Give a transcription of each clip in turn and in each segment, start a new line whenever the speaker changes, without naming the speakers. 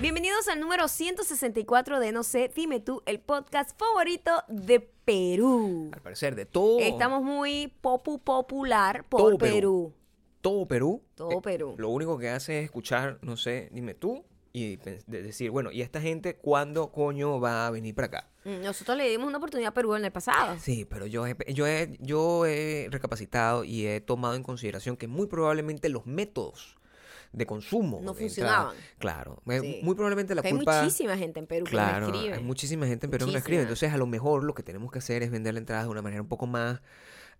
Bienvenidos al número 164 de No sé, dime tú, el podcast favorito de Perú.
Al parecer, de todo.
Estamos muy popu popular por
Oh. Todo
Perú.
Perú. Todo Perú. Eh,
Todo Perú.
Lo único que hace es escuchar, no sé, dime tú, y pens- de- decir, bueno, ¿y esta gente cuándo coño va a venir para acá?
Mm, Nosotros le dimos una oportunidad a Perú en el pasado.
Sí, pero yo he, yo, he, yo he recapacitado y he tomado en consideración que muy probablemente los métodos de consumo
No
de entrada-
funcionaban.
Claro, eh,
Sí.
muy probablemente la
Que
culpa.
Hay muchísima gente en Perú
Claro,
que no escribe.
hay muchísima gente en Perú que no
Muchísima.
escribe. Entonces, a lo mejor lo que tenemos que hacer es vender la entrada de una manera un poco más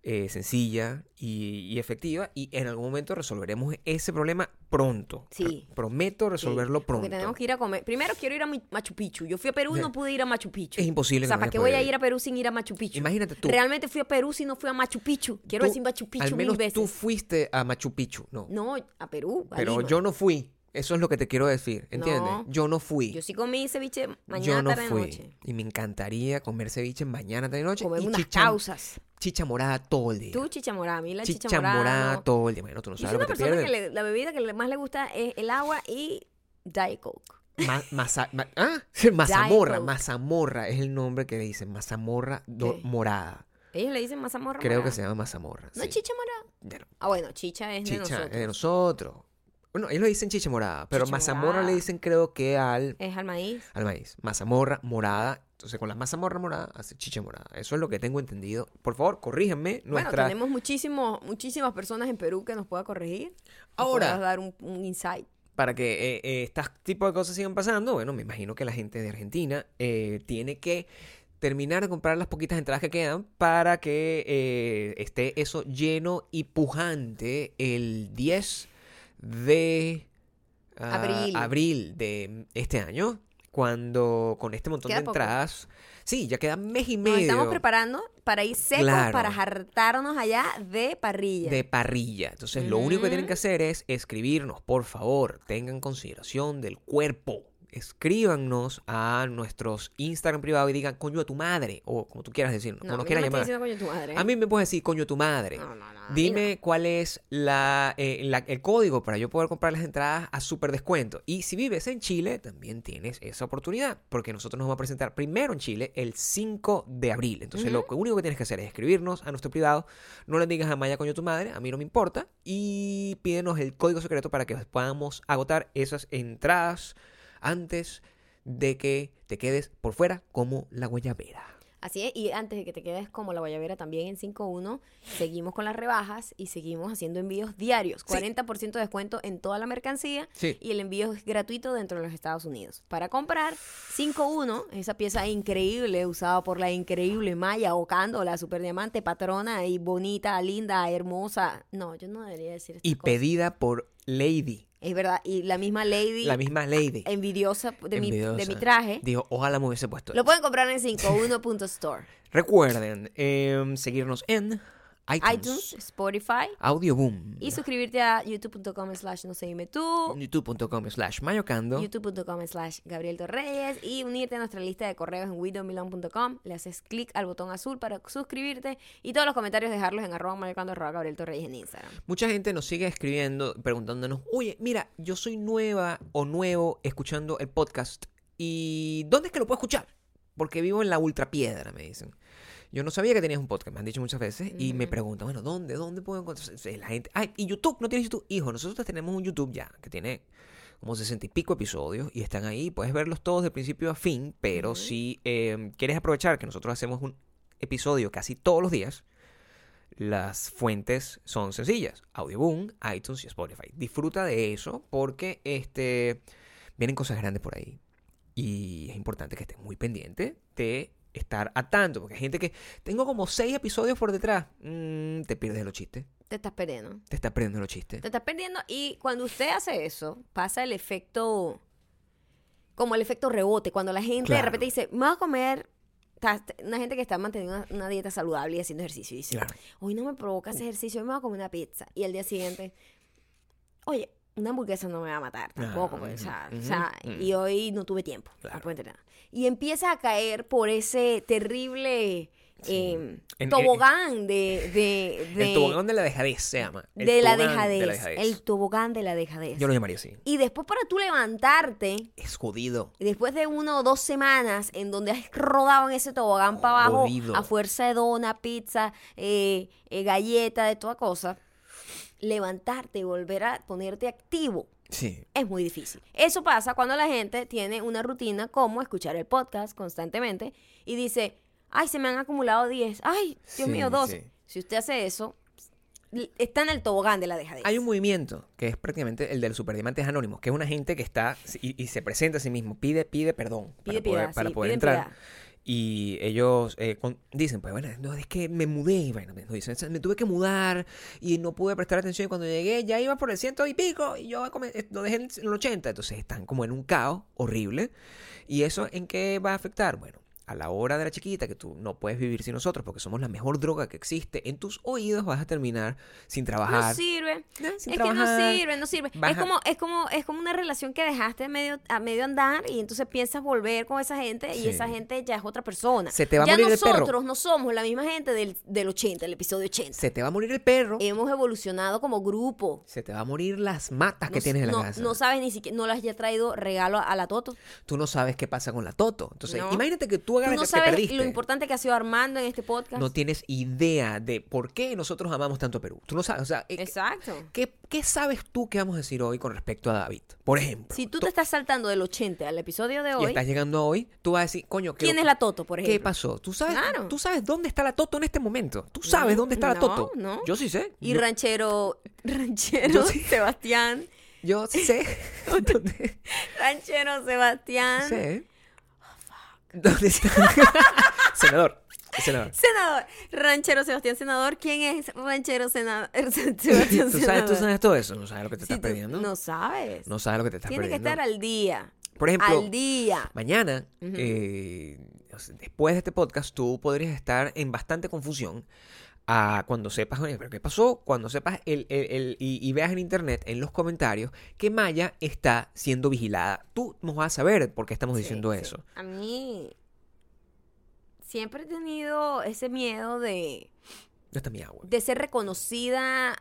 eh, sencilla y, y efectiva. Y en algún momento resolveremos ese problema pronto.
Sí.
Pr- Prometo
Sí,
resolverlo pronto.
Porque tenemos que ir a comer. Primero quiero ir a mi- Machu Picchu. Yo fui a Perú y no pude ir a Machu Picchu.
Es imposible
O sea,
que no
¿para
vayas
qué
a
voy
poder
a
ir.
ir a Perú sin ir a Machu Picchu?
Imagínate tú.
Realmente fui a Perú si no fui a Machu Picchu. Quiero
Tú-
decir Machu Picchu
Al
mil
menos
veces.
tú fuiste a Machu Picchu, ¿no?
No, a Perú. a
pero
Lima.
yo no fui. Eso es lo que te quiero decir. ¿Entiendes?
No.
Yo no fui.
Yo sí comí ceviche mañana,
Yo no
tarde,
fui.
noche.
Y me encantaría comer ceviche mañana, tarde, noche.
Comer
y
unas
chicha,
causas.
chicha morada todo el día.
Tú chicha morada, a mí la chicha,
chicha
morada. no.
todo el día. Bueno, tú no
Yo
sabes
soy
lo
una
que te
persona
pierdes.
que le- la bebida que le- más le gusta es el agua y Diet Coke.
Ma- masa- ma- ¿ah? Sí, Mazamorra,
Diet Coke.
mazamorra es el nombre que le dicen, mazamorra do-
Ok.
morada.
Ellos le dicen mazamorra.
Creo que
morada.
se llama mazamorra.
No
sí.
es chicha morada.
Ya no.
Ah, bueno, chicha es de
Chicha,
nosotros.
es de nosotros. Bueno, ellos le dicen chicha morada, pero
Chicha
mazamorra
morada.
le dicen creo que al,
Es al maíz.
al maíz. Mazamorra morada. Entonces con la mazamorra morada hace chicha morada. Eso es lo que tengo entendido. Por favor, corríjanme
Bueno,
nuestra...
tenemos muchísimos, muchísimas personas en Perú que nos pueda corregir. Nos
Ahora.
puedas dar un, un insight.
para que eh, eh, estas tipo de cosas sigan pasando, bueno, me imagino que la gente de Argentina eh, tiene que terminar de comprar las poquitas entradas que quedan para que eh, esté eso lleno y pujante el 10 de ah,
Abril.
abril de este año, cuando con este montón
Queda
de
poco.
entradas, sí, ya queda mes y
Nos
medio
estamos preparando para ir secos,
Claro.
para hartarnos allá de parrilla.
de parrilla. Entonces, lo único que tienen
Ujú.
que hacer es escribirnos, por favor, tengan consideración del cuerpo. Escríbanos a nuestros Instagram privados y digan coño a tu madre, o como tú quieras decirnos,
No,
como
a mí
nos
no
quieras
me
llamar.
estás diciendo coño tu madre. ¿eh?
A mí me puedes decir coño tu madre.
No, no, no, a mí
Dime cuál es la, eh, la- el código para yo poder comprar las entradas a súper descuento. Y si vives en Chile, también tienes esa oportunidad, porque nosotros nos vamos a presentar primero en Chile el 5 de abril. Entonces, lo que- único que tienes que hacer es escribirnos a nuestro privado. No le digas a Maya coño tu madre, a mí no me importa. Y pídenos el código secreto para que podamos agotar esas entradas antes de que te quedes por fuera como la guayabera.
Así es, y antes de que te quedes como la guayabera también en 5.1, seguimos con las rebajas y seguimos haciendo envíos diarios. 40% de descuento en toda la mercancía
Sí.
y el envío es gratuito dentro de los Estados Unidos. Para comprar 5.1, esa pieza increíble usada por la increíble Maya Ocando, la super diamante patrona y bonita, linda, hermosa. No, yo no debería decir estas
Y
cosas.
pedida por Lady.
Es verdad, y la misma Lady
La misma Lady.
envidiosa de, mi- de
envidiosa,
mi, traje.
Dijo, eh, ojalá me hubiese puesto.
Lo
eso".
pueden comprar en 51.store.
Recuerden em, seguirnos en iTunes,
iTunes, Spotify.
Audioboom,
Y suscribirte a youtube.com slash no sé dime tú,
youtube.com slash mayocando.
youtube.com slash Gabriel Torreyes y unirte a nuestra lista de correos en widowmilon.com. Le haces clic al botón azul para suscribirte y todos los comentarios dejarlos en arroba marcando arroba Gabriel Torreyes en Instagram.
Mucha gente nos sigue escribiendo, preguntándonos, oye, mira, yo soy nueva o nuevo escuchando el podcast. ¿Y dónde es que lo puedo escuchar? Porque vivo en la ultrapiedra, me dicen. Yo no sabía que tenías un podcast, me han dicho muchas veces, y me preguntan, bueno, ¿dónde? ¿Dónde puedo encontrar? Sí, La gente, ay, ¿y YouTube? ¿No tienes YouTube? Hijo, nosotros tenemos un YouTube ya, que tiene como sesenta y pico episodios, y están ahí, puedes verlos todos de principio a fin, pero si eh, quieres aprovechar que nosotros hacemos un episodio casi todos los días, las fuentes son sencillas: Audioboom, iTunes y Spotify. Disfruta de eso porque este, vienen cosas grandes por ahí. Y es importante que estés muy pendiente de estar a tanto. Porque hay gente que. Tengo como seis episodios por detrás. Mm, te pierdes los chistes.
Te estás perdiendo.
Te estás perdiendo los chistes.
Te estás perdiendo y cuando usted hace eso, pasa el efecto, como el efecto rebote, cuando la gente de
Claro.
repente dice, me voy a comer... ta- Una gente que está manteniendo una, una dieta saludable y haciendo ejercicio y dice,
Claro.
hoy no me provoca ese ejercicio, hoy me voy a comer una pizza. Y el día siguiente, oye, una hamburguesa no me va a matar tampoco.
Ah,
pues, o sea,
ujú,
o sea,
ujú.
y hoy no tuve tiempo. no
Claro.
puedo entrenar. Y empieza a caer por ese terrible eh,
En-
tobogán de, de, de,
el tobogán de la dejadez se llama. El
de la
tobogán
dejadez.
de la dejadez.
El tobogán de la dejadez.
Yo lo llamaría así.
Y después para tú levantarte,
Es jodido.
después de una o dos semanas en donde has rodado en ese tobogán para abajo,
Jodido.
a fuerza de dona, pizza, eh, eh, galleta, de toda cosa, levantarte y volver a ponerte activo
Sí.
es muy difícil. Eso pasa cuando la gente tiene una rutina como escuchar el podcast constantemente y dice, ay, se me han acumulado 10, ay, Dios
Sí,
mío, 12.
sí.
Si usted hace eso, l- está en el tobogán de la dejadez.
Hay un movimiento que es prácticamente el del Superdiamantes Anónimos, que es una gente que está y, y se presenta a sí mismo, pide, pide perdón
Pide
para poder,
piedad,
para
sí,
poder
pide
entrar.
piedad.
Y ellos eh, con- dicen, pues bueno, no, es que me mudé, y bueno, me- dicen, me tuve que mudar y no pude prestar atención. Y cuando llegué ya iba por el ciento y pico y yo come- eh, lo dejé en el 80. Entonces están como en un caos horrible. ¿Y eso en qué va a afectar? Bueno, a la hora de la chiquita, que tú no puedes vivir sin nosotros porque somos la mejor droga que existe, en tus oídos vas a terminar sin
No
trabajar.
sirve.
Ah, sin
es que no
trabajar.
sirve, no sirve. Es
Baja-
como, es como, es como una relación que dejaste a medio, a medio andar y entonces piensas volver con esa gente y
Sí.
esa gente ya es otra persona.
Se te va a
ya
morir el perro.
nosotros no somos la misma gente del, del 80, el episodio 80.
Se te va a morir el perro.
Hemos evolucionado como grupo.
Se te va a morir las matas que
No-
tienes en la
no,
casa.
no sabes ni siquiera, no las haya traído regalo a, a la Toto.
tú no sabes qué pasa con la Toto. Entonces,
No.
imagínate que tú
Tú
agarras
no
te- te
sabes
perdiste.
lo importante que ha sido Armando en este podcast.
No tienes idea de por qué nosotros amamos tanto a Perú. Tú no sabes, o sea, eh,
Exacto.
¿qué, qué sabes tú que vamos a decir hoy con respecto a David? Por ejemplo.
Si tú
to-
te estás saltando del 80 al episodio de
y
hoy,
estás llegando a hoy, tú vas a decir, coño, ¿qué,
¿quién es la Toto, por ejemplo?
¿qué pasó? ¿Tú sabes,
Claro.
tú sabes dónde está la Toto en este momento. Tú sabes dónde está la
no,
Toto.
no.
Yo sí sé.
Y
yo,
ranchero, ranchero
Yo sí.
Sebastián,
yo sí sé. dónde,
ranchero Sebastián,
sé.
Oh,
¿Dónde está? senador. Senador.
senador, ranchero Sebastián senador, ¿quién es ranchero sena- Sebastián
¿Tú
senador?
sabes, tú sabes todo eso, no sabes lo que te
Sí,
estás
tú-
perdiendo.
No sabes.
No sabes lo que te estás
Tiene que
perdiendo.
estar al día.
Por ejemplo,
al día.
mañana, eh, o sea, después de este podcast, tú podrías estar en bastante confusión a cuando sepas, oye, pero ¿qué pasó? Cuando sepas el, el- el- y, y veas en internet, en los comentarios, que Maya está siendo vigilada. Tú nos vas a saber por qué estamos
Sí,
diciendo
sí.
eso.
A mí siempre he tenido ese miedo de,
No está mi agua.
de ser reconocida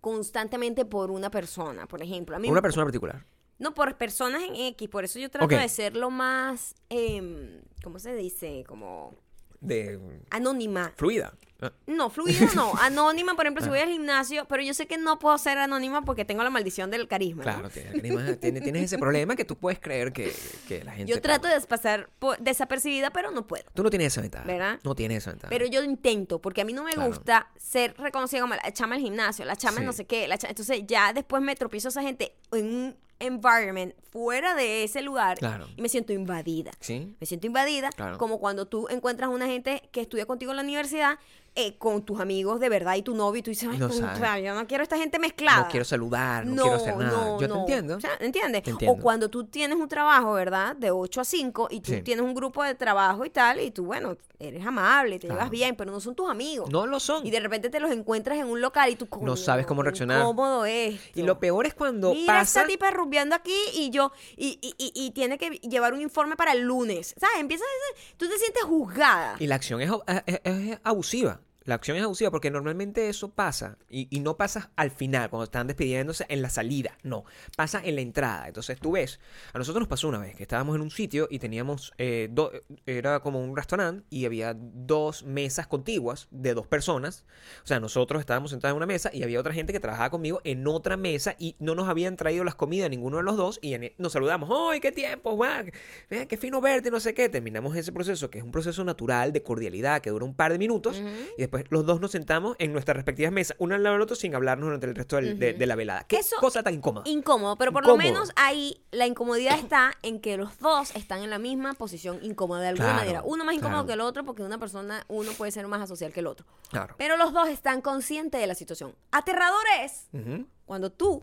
constantemente por una persona, por ejemplo. A mí,
Por una persona particular.
No, por personas en X, por eso yo trato
Ok.
de ser lo más, em, ¿cómo se dice? Como
De
anónima.
fluida. Ah,
No, fluido no, anónima, por ejemplo, si voy al gimnasio, pero yo sé que no puedo ser anónima porque tengo la maldición del carisma. ¿no?
Claro, tienes, tienes- tienes- tienes ese problema que tú puedes creer que, que la gente.
Yo trato de pasar por- desapercibida, pero no puedo.
Tú no tienes esa ventaja.
¿Verdad?
No tienes esa ventaja.
Pero yo intento, porque a mí no me
Claro.
gusta ser reconocida como la chama del gimnasio, la chama
Sí.
no sé qué, la chama- Entonces ya después me tropiezo a esa gente en un environment fuera de ese lugar
Claro.
y me siento invadida.
¿Sí?
Me siento invadida,
Claro.
como cuando tú encuentras una gente que estudia contigo en la universidad, eh, con tus amigos de verdad y tu novio, y tú dices, ay,
No
contra,
sabes.
yo no quiero esta gente mezclada.
No quiero saludar, no, quiero hacer nada.
no,
Yo
no.
te entiendo.
O sea, ¿entiendes?
Te entiendo.
O cuando tú tienes un trabajo, ¿verdad? De 8 a 5 y tú
Sí.
tienes un grupo de trabajo y tal, y tú, bueno, eres amable, te llevas
Claro.
bien, pero no son tus amigos.
no lo son.
Y de repente te los encuentras en un local y tú, "Coño,
sabes cómo
qué
reaccionar.
Incómodo esto.
Y lo peor es cuando
Mira
pasa.
esta tipa rumbeando aquí y yo, y, y, y, y tiene que llevar un informe para el lunes. ¿Sabes? Empiezas, ese- tú te sientes juzgada.
Y la acción es, ab- es- es abusiva. La acción es abusiva porque normalmente eso pasa y, y no pasa al final, cuando están despidiéndose en la salida. No, pasa en la entrada. Entonces tú ves, a nosotros nos pasó una vez que estábamos en un sitio y teníamos, eh, do- era como un restaurante y había dos mesas contiguas de dos personas. O sea, nosotros estábamos sentados en una mesa y había otra gente que trabajaba conmigo en otra mesa y no nos habían traído las comidas ninguno de los dos y en- e, nos saludamos. ¡Ay, qué tiempo, Juan! Mira, qué fino verte, no sé qué. Terminamos ese proceso, que es un proceso natural de cordialidad que dura un par de minutos y después los dos nos sentamos en nuestras respectivas mesas, uno al lado del otro, sin hablarnos durante el resto del- de, de la velada. ¡Qué
Eso-
cosa tan incómoda!
Incómodo, pero por lo
Incómodo.
menos ahí la incomodidad está en que los dos están en la misma posición incómoda de alguna
Claro,
manera. Uno más incómodo
claro.
que el otro porque una persona, uno puede ser más asocial que el otro.
Claro.
Pero los dos están conscientes de la situación. Aterrador es
Ujú.
cuando tú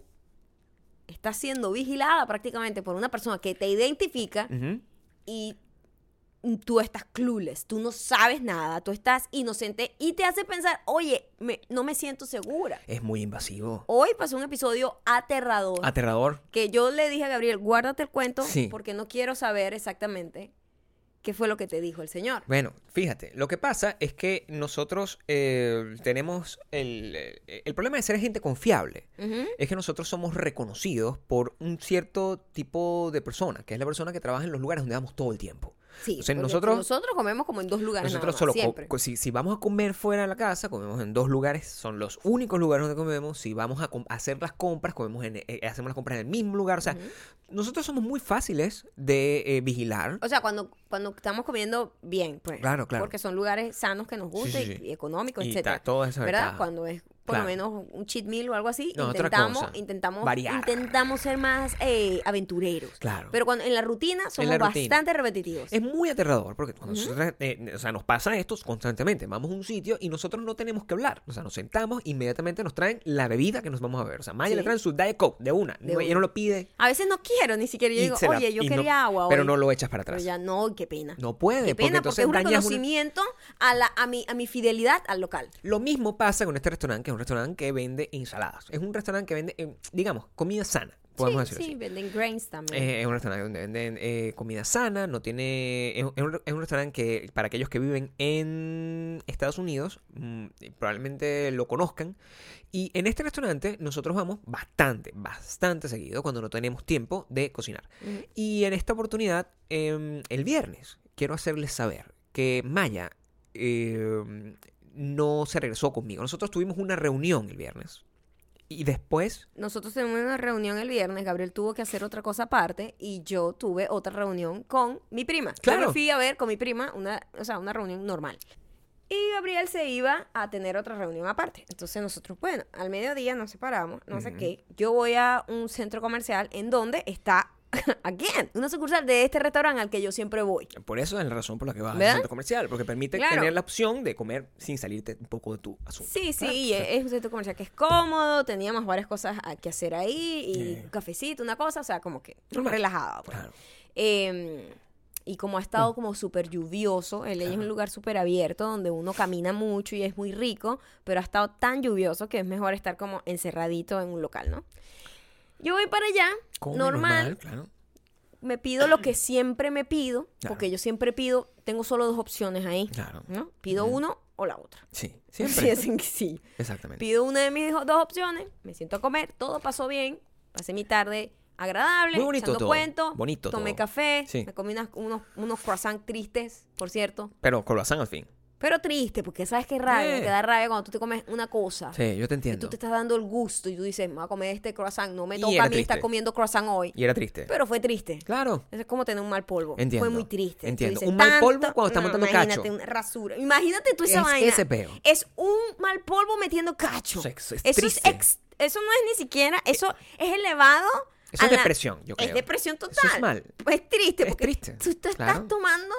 estás siendo vigilada prácticamente por una persona que te identifica
Ujú.
y tú estás clueless, tú no sabes nada, tú estás inocente y te hace pensar, oye, me- no me siento segura.
Es muy invasivo.
Hoy pasó un episodio aterrador
Aterrador.
que yo le dije a Gabriel, guárdate el cuento
Sí.
porque no quiero saber exactamente ¿Qué fue lo que te dijo el señor?
Bueno, fíjate, lo que pasa es que nosotros eh, tenemos el, eh, el problema de ser gente confiable.
Ujú.
Es que nosotros somos reconocidos por un cierto tipo de persona, que es la persona que trabaja en los lugares donde vamos todo el tiempo.
Sí,
O sea,
porque
nosotros-
nosotros comemos como en dos lugares.
Nosotros
nada
solo,
más,
co-
siempre.
co- si, si vamos a comer fuera de la casa, comemos en dos lugares, son los únicos lugares donde comemos. Si vamos a com- a hacer las compras, comemos en, eh, hacemos las compras en el mismo lugar. O sea, nosotros somos muy fáciles de eh, vigilar.
O sea, cuando, cuando estamos comiendo bien, pues.
Claro, claro.
Porque son lugares sanos que nos gustan
sí, sí.
y económicos,
Y
etcétera.
ta- todo eso
¿Verdad?
ventaja.
Cuando es por
Claro.
lo menos un cheat meal o algo así,
No, otra
intentamos,
cosa.
intentamos,
Variar.
intentamos ser más eh, aventureros.
Claro.
Pero cuando en la rutina somos
la rutina.
bastante repetitivos.
Es muy aterrador porque cuando nosotros, eh, o sea, nos pasa esto constantemente. Vamos a un sitio y nosotros no tenemos que hablar. O sea, nos sentamos, inmediatamente nos traen la bebida que nos vamos a ver. O sea, Maya le
Sí.
traen su Diet Coke de una.
De
No,
una.
Ella no lo pide.
A veces no quiero, ni siquiera yo
y
digo,
se la-
oye, yo
y no-
quería agua.
Pero
hoy".
no lo echas para atrás.
Pero ya no, qué pena.
No puede,
Qué
porque
pena, porque,
entonces
es un
dañas una-
reconocimiento a, la, a, mi, a mi fidelidad al local.
Lo mismo pasa con este restaurante, que es un restaurante que vende ensaladas. Es un restaurante que vende, eh, digamos, comida sana. Podemos
sí,
decirlo
sí,
así.
venden grains también.
Eh, es un restaurante donde venden eh, comida sana, no tiene... Es, un- es un, es un restaurante que para aquellos que viven en Estados Unidos mm, probablemente lo conozcan. Y en este restaurante nosotros vamos bastante, bastante seguido cuando no tenemos tiempo de cocinar.
Ujú.
Y en esta oportunidad, em, el viernes, quiero hacerles saber que Maya em, no se regresó conmigo. Nosotros tuvimos una reunión el viernes. Y después
Nosotros tuvimos una reunión el viernes, Gabriel tuvo que hacer otra cosa aparte y yo tuve otra reunión con mi prima. Yo
Claro.
me fui a ver con mi prima, una, o sea, una reunión normal. Y Gabriel se iba a tener otra reunión aparte. Entonces nosotros, bueno, al mediodía nos separamos, no sé
Ujú.
qué. Yo voy a un centro comercial en donde está, again, una sucursal de este restaurante al que yo siempre voy.
Por eso es la razón por la que vas al
¿Verdad?
centro comercial, porque permite
Claro.
tener la opción de comer sin salirte un poco de tu asunto.
Sí, sí,
Claro,
y es,
claro.
es un centro comercial que es cómodo, teníamos varias cosas a- que hacer ahí, y
Yeah.
un cafecito, una cosa, o sea, como que
Normal.
relajado. pues.
Claro.
Eh, y como ha estado como súper lluvioso, el es un lugar súper abierto donde uno camina mucho y es muy rico, pero ha estado tan lluvioso que es mejor estar como encerradito en un local, ¿no? Yo voy para allá,
Come
normal,
claro.
me pido lo que siempre me pido,
Claro.
porque yo siempre pido, tengo solo dos opciones ahí,
Claro.
¿no? Pido
Ujú.
uno o la otra.
Sí,
Mm. Sí,
siempre.
es- sí.
Exactamente.
Pido una de mis dos opciones, me siento a comer, todo pasó bien, pasé mi tarde agradable,
Muy bonito
echando
todo,
cuentos,
bonito
tomé
todo.
café,
Sí.
me comí unas- unos, unos croissants tristes, por cierto,
Pero croissant al fin.
pero triste, porque sabes que rabia,
Eh.
te da rabia cuando tú te comes una cosa
Sí, yo
Ah. y
te entiendo.
tú te estás dando el gusto y tú dices, me voy a comer este croissant, no me
Y
toca
era
a mí estar
triste.
comiendo croissant hoy,
Y era triste.
pero fue triste.
Claro.
Eso es como tener un mal polvo.
Entiendo,
Fue muy triste. Tú
entiendo. Un mal polvo cuando está montando
imagínate
cacho.
una rasura. Imagínate tú esa
Es
vaina.
ese peo.
Es un mal polvo metiendo cacho.
O sea, eso es
eso,
triste.
ex- eso no es ni siquiera, eso es elevado.
Eso
a
es
la-
depresión, yo creo.
Es depresión
Eso
total.
es mal.
Pues es triste.
Es
porque
triste,
Tú te
claro.
estás tomando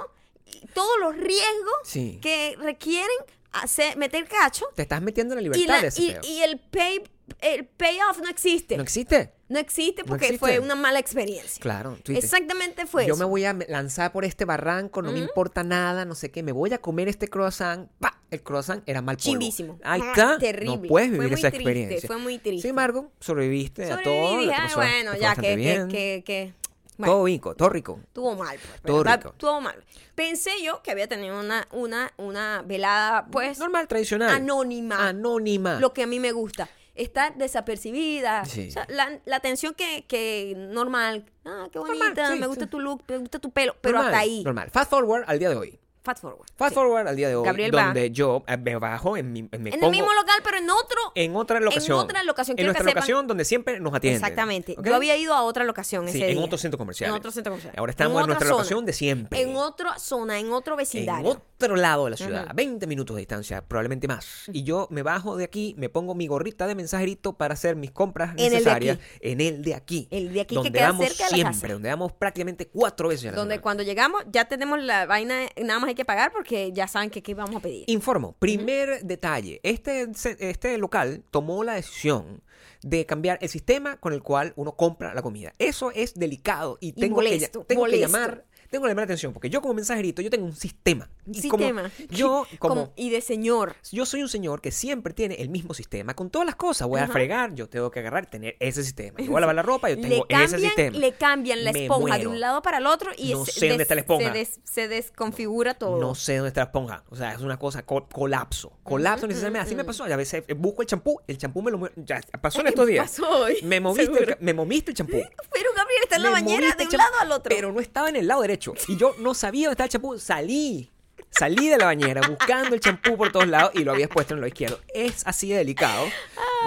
todos los riesgos
Sí.
que requieren hacer, meter cacho
Te estás metiendo en la
y,
libertad
la-
de ese
y-
peo.
y el, pay, el payoff no existe.
¿No
No,
existe?
existe
No
porque
existe.
fue una mala experiencia.
Claro. tú dices,
Exactamente fue
Yo
eso.
me voy a me- lanzar por este barranco, no me importa nada, no sé qué, me voy a comer este croissant. ¡Pa! El croissant era mal polvo.
Chimbísimo.
Ahí
Ah,
está. No
terrible.
puedes
Fue
vivir
muy
esa
triste,
experiencia.
fue muy triste.
Sin embargo, sobreviviste a
Sobreviví,
todo.
dije,
la
"Ay,
pasó-
bueno,
la
ya
pasaste
que, que,
bien.
que, que- bueno,
Todo rico, todo rico.
estuvo mal, pues.
Todo
¿verdad?
rico.
Estuvo mal. Pensé yo que había tenido una, una, una velada, pues,
Normal, tradicional.
anónima.
Anónima.
Lo que a mí me gusta. Estar desapercibida.
Sí.
O sea, la, la atención que, que normal. Ah, qué
Normal,
bonita,
sí,
me gusta
sí.
tu look, me gusta tu pelo. Pero
Normal,
hasta ahí.
Normal. Fast forward al día de hoy.
Fast forward.
Fast
sí.
forward al día de hoy.
Gabriel va.
donde yo eh, me bajo en mi. en- me
En el
pongo
mismo local, pero en otro.
en otra locación.
otra locación,
En
quiero que
nuestra
sepan-
locación donde siempre nos atienden.
Exactamente.
¿Ok?
Yo había ido a otra locación
Sí,
ese
en
día.
otro centro comercial.
En otro centro comercial.
Ahora estamos en,
otra
nuestra
zona.
locación de siempre.
En otra zona, en otro
en
vecindario.
otro lado de la ciudad, a 20 minutos de distancia, probablemente más. Y yo me bajo de aquí, me pongo mi gorrita de mensajerito para hacer mis compras
En el de
necesarias
aquí.
en el de aquí.
El de aquí que
donde
queda
vamos
cerca de la
siempre,
casa.
donde vamos prácticamente cuatro veces a la
donde
semana.
cuando llegamos ya tenemos la vaina, nada más hay que pagar porque ya saben que qué vamos a pedir.
Informo, primer detalle, este, se- este local tomó la decisión de cambiar el sistema con el cual uno compra la comida. Eso es delicado y tengo, que, ya-
molesto,
tengo que
molesto.
llamar, Tengo que llamar la atención, porque yo como mensajerito, yo tengo un sistema. Y como-
Sistema.
yo, como,
y de señor.
yo soy un señor que siempre tiene el mismo sistema con todas las cosas. Voy a fregar, yo tengo que agarrar y tener ese sistema. Yo voy a lavar la ropa, yo
Le
tengo ese sistema.
cambian, le cambian la
Me
esponja de
muero.
un lado para el otro y
No
es-
sé dónde está la esponja.
se des- se desconfigura todo.
No sé dónde está la esponja. O sea, es una cosa, co- colapso. Colapso necesariamente. Así me pasó. Y A veces eh, busco el champú, el champú me lo mueve. Ya, pasó en estos días.
Pasó hoy,
Me moviste, el,
seguro.
ca- me moviste el champú.
Pero Gabriel está en la
Me
bañera
moviste
de
el
un
champú,
lado al otro.
Pero no estaba en el lado derecho. Y yo no sabía dónde estaba el champú. Salí. Salí de la bañera buscando el champú por todos lados y lo habías puesto en el lado izquierdo. Es así de delicado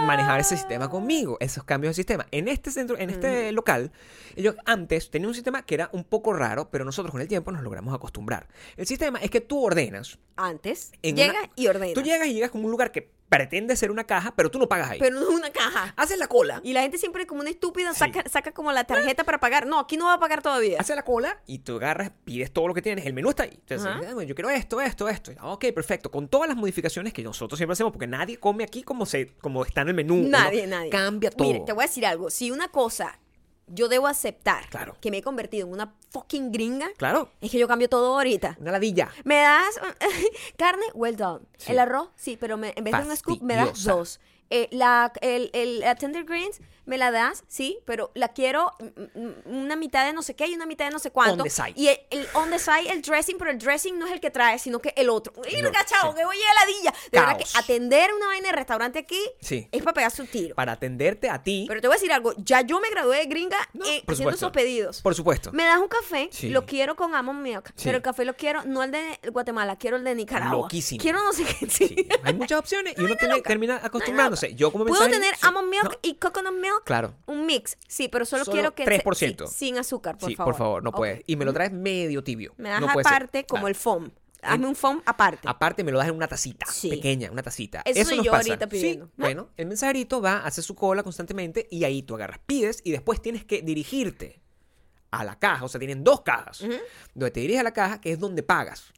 manejar ese sistema conmigo, esos cambios de sistema. En este centro, en este
Mm.
local, ellos antes tenían un sistema que era un poco raro, pero nosotros con el tiempo nos logramos acostumbrar. El sistema es que tú ordenas.
Antes,
en
llega
una-
y ordena.
Tú llegas y llegas como un lugar que pretende ser una caja, pero tú no pagas ahí.
Pero no es una caja.
Haces la cola.
Y la gente siempre como una estúpida
Sí.
saca, saca como la tarjeta para pagar. No, aquí no va a pagar todavía.
haces la cola y tú agarras, pides todo lo que tienes, el menú está ahí. Entonces,
Ajá.
"Ah, bueno, yo quiero esto, esto, esto. Ah, Ok, perfecto. Con todas las modificaciones que nosotros siempre hacemos, porque nadie come aquí como, se, como está en el menú. Uno
Nadie, nadie.
Cambia todo.
Mire, te voy a decir algo. Si una cosa yo debo aceptar
Claro.
que me he convertido en una fucking gringa,
Claro,
es que yo cambio todo ahorita.
una ladilla.
Me das carne, well done.
Sí.
El arroz, sí, pero me- en vez de un scoop me das
Fastidiosa.
dos. Eh, la, el, el- la tender greens me la das, sí, pero la quiero mm, mm, una mitad de no sé qué y una mitad de no sé cuánto.
the side.
Y el, el on the side, el dressing, pero el dressing no es el que trae, sino que el otro. ¡Y
El otro,
cachao!
sí.
¡Que voy a heladilla! De verdad que
Caos.
atender una vaina de restaurante aquí
Sí.
es para pegarse un tiro.
Para atenderte a ti.
Pero te voy a decir algo, ya yo me gradué de gringa
No,
eh,
por
haciendo
supuesto.
esos pedidos.
por supuesto.
Me das un café,
Sí.
lo quiero con almond milk,
Sí.
pero el café lo quiero, no el de Guatemala, quiero el de Nicaragua.
Loquísimo.
Quiero no sé qué. sí.
Sí, Hay muchas opciones y uno tiene- termina acostumbrándose.
loca.
Yo como
Puedo
mensaje-
tener
sí,
almond milk
no.
y coconut milk.
Claro.
Un mix, sí, pero solo,
Solo
quiero que...
3%.
sí, sin azúcar, por
sí,
favor.
por favor, no
Ok.
puedes. Y me lo traes medio tibio.
Me das
No puede ser.
aparte como
Claro. Ah.
el foam. Hazme un foam aparte.
Aparte me lo das en una tacita
Sí.
pequeña, una tacita.
Eso soy
nos
yo
pasa.
ahorita
Sí,
pidiendo.
Bueno, el mensajerito va, hace su cola constantemente y ahí tú agarras, pides y después tienes que dirigirte a la caja. O sea, tienen dos cajas. Donde te diriges a la caja, que es donde pagas.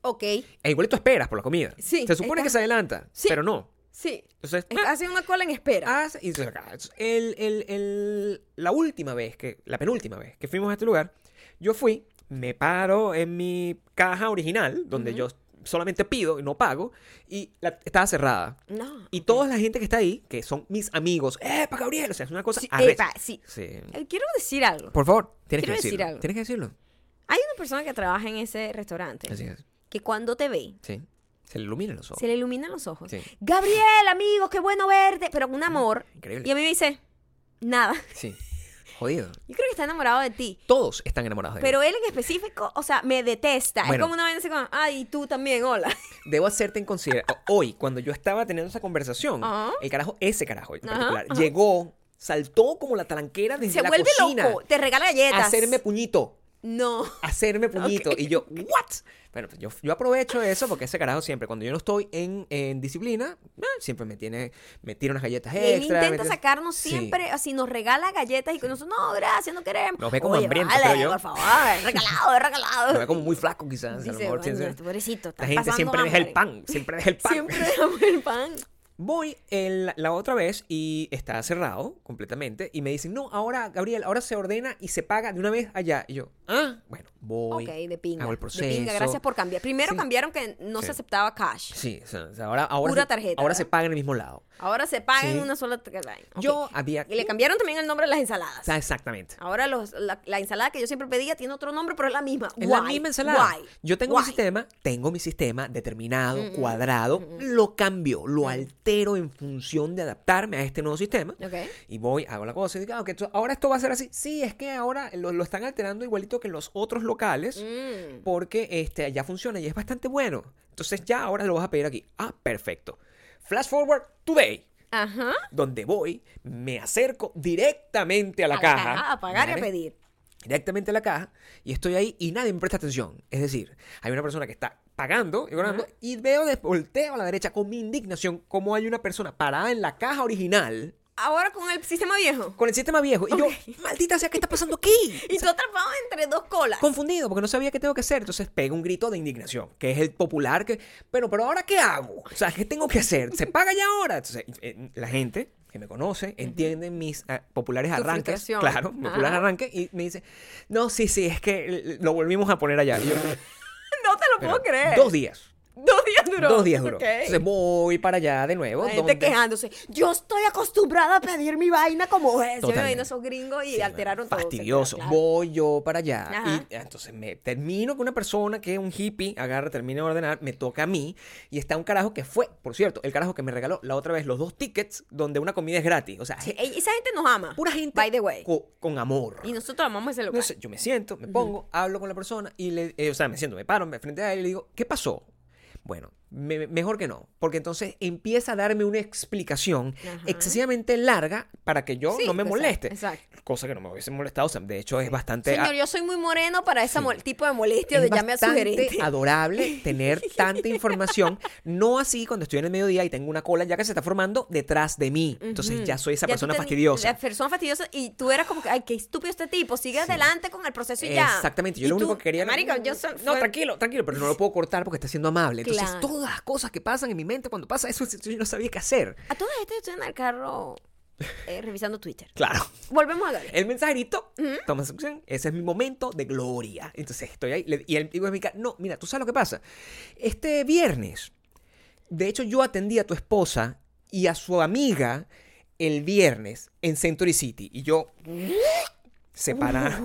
ok,
E igual tú esperas por la comida.
Sí,
Se supone
está-
que se adelanta,
Sí.
pero no.
sí.
Entonces,
Es- Hacen una cola en espera.
haz y se acaba. El- el- el- la última vez, que, la penúltima vez que fuimos a este lugar, yo fui, me paro en mi caja original, donde yo solamente pido y no pago, y la, estaba cerrada.
No.
Y toda la gente que está ahí, que son mis amigos, ¡epa, Gabriel! O sea, es una cosa
Sí,
arrecha.
epa, sí.
Sí.
Eh, Quiero decir algo.
Por favor, tienes que
Quiero
decirlo.
decir algo.
Tienes que decirlo.
Hay una persona que trabaja en ese restaurante
Así es.
que cuando te ve,
Sí. Se le iluminan los ojos.
Se le iluminan los ojos.
Sí.
Gabriel, amigos, qué bueno verte. Pero con un amor.
Increíble.
Y a mí me dice, nada.
Sí. Jodido.
Yo creo que está enamorado de ti.
Todos están enamorados de él.
Pero él en específico, o sea, me detesta. es
Bueno.
como una vaina así como, ay, y tú también, hola.
Debo hacerte en consideración. Hoy, cuando yo estaba teniendo esa conversación,
Ajá.
el carajo, ese carajo en
Ah. Ajá,
particular, llegó, saltó como la talanquera desde
Se
la
vuelve
cocina.
loco. Te regala
a
galletas.
hacerme puñito.
No.
Hacerme puñito. Y yo, ¿what? Bueno, pues yo, yo aprovecho eso porque ese carajo siempre, cuando yo no estoy en, en disciplina, eh, siempre me tiene, me tira unas galletas
Y él
extra. me
intenta
tira-
sacarnos
Sí.
siempre, así nos regala galletas y con nosotros, no, gracias, no queremos.
Nos ve como
Oye,
hambrientos,
vale,
creo yo.
por favor, es regalado, es regalado.
Me ve como muy flaco, quizás. a lo
Dice,
mejor,
"Bueno,
sí, sí.
pobrecito, está
la gente
pasando
siempre deja el
hambre".
pan. Siempre deja el pan.
Siempre dejamos el pan.
Voy el- la otra vez y está cerrado completamente y me dicen, no, ahora, Gabriel, ahora se ordena y se paga de una vez allá. Y yo, ah, bueno, voy.
Ok, de pinga.
Hago el
de
proceso.
pinga, gracias por cambiar. Primero
Sí.
cambiaron que no
Sí.
se aceptaba cash.
Sí, o sea, o sea, ahora, ahora,
Pura
se,
tarjeta,
ahora
¿verdad?
se paga en el mismo lado.
Ahora se paga
Sí.
en una sola tarjeta. Ok.
Yo había...
Y le cambiaron también el nombre de las ensaladas.
O sea, exactamente.
Ahora los- la, la ensalada que yo siempre pedía tiene otro nombre, pero es la misma.
Es la
Why?
misma ensalada.
Why?
Yo tengo
Why?
mi
Mm,
sistema, tengo mi sistema determinado, cuadrado, lo cambio, lo altero en función de adaptarme a este nuevo sistema.
Ok.
Y voy, hago la cosa y digo, ah, ok, entonces, ahora esto va a ser así. Sí, es que ahora lo, lo están alterando igualito que en los otros locales.
Mm.
porque este, ya funciona y es bastante bueno. Entonces ya ahora lo vas a pedir aquí. Ah, perfecto. Flash forward today,
Ajá.
donde voy, me acerco directamente a la
A la
caja.
caja, a pagar y a
¿vale?
pedir.
Directamente a la caja y estoy ahí y nadie me presta atención. Es decir, hay una persona que está pagando y cobrando, y veo, de, volteo a la derecha con mi indignación como hay una persona parada en la caja original
Ahora con el sistema viejo.
con el sistema viejo. Y yo, maldita sea, ¿qué está pasando aquí?
Y tú atrapado entre dos colas.
confundido porque no sabía qué tengo que hacer. Entonces pego un grito de indignación, que es el popular que, pero, pero ahora qué hago? O sea, ¿qué tengo que hacer? ¿Se paga ya ahora? Entonces, eh, la gente que me conoce, entienden mis ah, populares arranques.
frustración.
Claro, mi popular
Ajá.
arranque. Y me dice, no, sí, sí, es que l- lo volvimos a poner allá. Y yo,
No te lo
pero,
puedo creer.
Dos días.
Dos días duró.
Dos días duró.
Ok.
Entonces voy para allá de nuevo.
La gente
donde-
quejándose. Yo estoy acostumbrada a pedir mi vaina como es. Yo me
Totalmente.
imagino a esos gringos y
Sí,
alteraron todo.
Fastidioso.
Claro.
Voy yo para allá.
Ajá.
Y entonces me termino con una persona que es un hippie, agarra, termina de ordenar, me toca a mí. Y está un carajo que fue, por cierto, el carajo que me regaló la otra vez los dos tickets donde una comida es gratis. O sea,
Sí, e- esa gente nos ama.
pura gente
By the way.
co- con amor.
Y nosotros amamos ese local.
No sé, yo me siento, me pongo, hablo con la persona y le, eh, o sea, me siento, me paro me- frente a él y le digo, ¿qué pasó? Bueno, me- mejor que no, porque entonces empieza a darme una explicación
Ajá.
excesivamente larga para que yo
Sí,
no me
exacto,
moleste.
exacto.
Cosa que no me hubiese molestado, o sea, de hecho es bastante...
Señor, yo soy muy moreno para ese mol- tipo de molestia
es
de llame a su
bastante
gerente.
adorable tener tanta información, no así cuando estoy en el mediodía y tengo una cola ya que se está formando detrás de mí. Entonces
Ujú.
ya soy esa
Ya tú
persona
teni-
fastidiosa.
La persona fastidiosa y tú eras como que, ay, qué estúpido este tipo, sigue adelante con el proceso y ya.
Exactamente. Yo
Y
lo único
tú,
que quería era-
Marico, yo soy-
No,
fue-
tranquilo, tranquilo, pero no lo puedo cortar porque está siendo amable. Entonces,
Claro.
todas las cosas que pasan en mi mente cuando pasa eso, yo no sabía qué hacer.
A todas estas yo estoy en el carro eh, revisando Twitter.
Claro.
Volvemos a Gabriel.
El mensajerito toma su acción. Ese es mi momento de gloria. Entonces estoy ahí. le- y él digo, "Mica, no, mira, tú sabes lo que pasa. Este viernes, de hecho, yo atendí a tu esposa y a su amiga el viernes en Century City. Y yo, se para,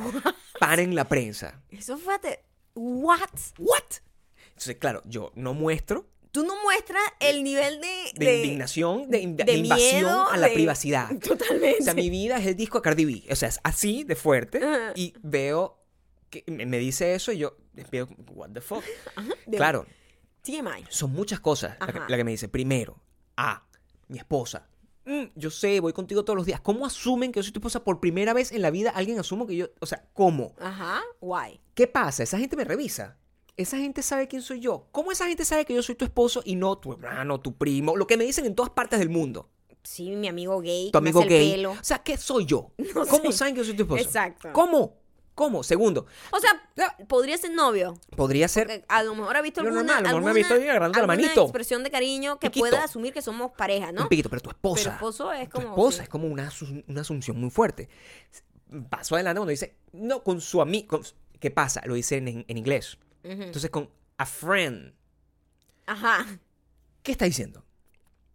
para en la prensa.
Eso fue... ate- What?
¿What? Entonces, claro, yo no muestro
Tú no muestras el nivel de...
de, indignación, de, in- de
de
invasión
miedo,
a la
de-
privacidad.
Totalmente.
O sea, mi vida es el disco de Cardi B. O sea, es así de fuerte.
Ajá.
Y veo que me, me dice eso y yo empiezo, what the fuck.
De-
Claro,
TMI.
son muchas cosas la que,
Ajá.
la que me dice. Primero, A, mi esposa. Mm, yo sé, voy contigo todos los días. ¿Cómo asumen que yo soy tu esposa por primera vez en la vida? Alguien asume que yo, o sea, ¿cómo?
Ajá. Why?
¿Qué pasa? Esa gente me revisa. Esa gente sabe quién soy yo. ¿Cómo esa gente sabe que yo soy tu esposo y no tu hermano, tu primo? Lo que me dicen en todas partes del mundo.
Sí, mi amigo gay.
Tu
que me
amigo
hace el
gay. Pues,
pelo.
O sea, ¿qué soy yo?
No
¿Cómo
sé.
saben que yo soy tu esposo?
Exacto.
¿Cómo? ¿Cómo? Segundo,
O sea, podría ser novio.
podría ser
que a lo mejor ha visto
Yo
alguna,
normal, a lo mejor me
alguna,
ha visto ahí agarrando la
alguna
manito.
expresión de cariño que
Piquito.
pueda asumir que somos pareja, ¿no?
un piquito, pero tu esposa.
Pero esposo es
tu
como...
esposa
sí.
es como una, asu- una asunción muy fuerte. Paso adelante cuando dice, no, con su amigo. ¿Qué pasa? Lo dice en, en inglés.
Ujú.
Entonces, con a friend.
Ajá.
¿Qué está diciendo?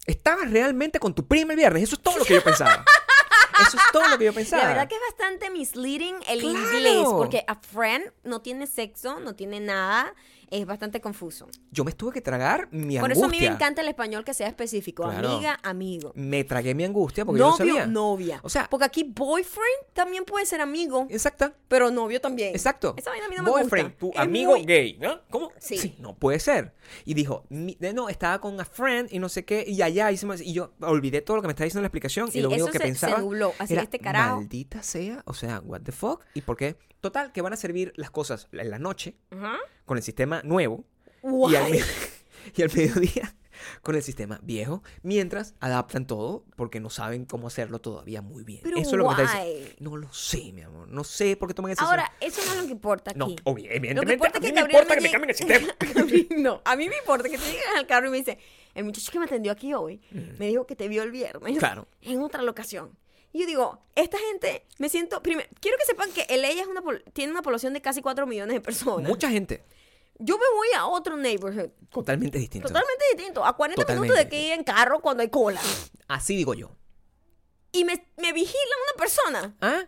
¿Estabas realmente con tu prima el viernes? Eso es todo lo que yo pensaba. Eso es todo lo que yo pensaba.
La verdad que es bastante misleading el
Claro.
inglés porque a friend no tiene sexo, no tiene nada, es bastante confuso.
Yo me tuve que tragar mi angustia.
Por eso a mí me encanta el español que sea específico,
Claro.
amiga, amigo.
Me tragué mi angustia porque
novio,
yo no sabía.
novia.
O sea-
porque aquí boyfriend también puede ser amigo,
Exacta.
pero novio también.
Exacto.
Esa vaina a mí no me
Boyfriend,
gusta.
tu
Es
amigo
muy-
gay, ¿no? ¿Cómo?
Sí.
No puede ser. Y dijo, mi- de- no, estaba con a friend y no sé qué, y allá hicimos, y yo olvidé todo lo que me estaba diciendo en la explicación,
Sí,
y lo único
eso
que
se- se
pensaba
nubló, así,
era,
este carajo.
maldita sea, o sea, what the fuck, y por qué. Total, que van a servir las cosas en la noche,
Ajá.
con el sistema nuevo,
Guay.
y al, me- y al mediodía con el sistema viejo, mientras adaptan todo porque no saben cómo hacerlo todavía muy bien.
Pero
Eso es lo que me está
guay.
diciendo. No lo sé, mi amor, no sé por qué toman esa
Ahora, eso no es lo que importa aquí.
no, obvi-
Lo que
evidentemente.
importa es
a
que
mí me
Gabriel
importa que me cambien el sistema.
A mí no, a mí me importa que te llegues al carro y me dice, el muchacho que me atendió aquí hoy me dijo que te vio el viernes.
Mm. Claro.
En otra locación. Y yo digo, esta gente, me siento, primero, quiero que sepan que LA es una, pol- tiene una población de casi 4 millones de personas.
Mucha gente.
Yo me voy a otro neighborhood,
Totalmente distinto.
totalmente distinto, a 40 minutos
Totalmente
de aquí en carro cuando hay cola.
Así digo yo.
Y me, me vigila una persona.
¿Ah?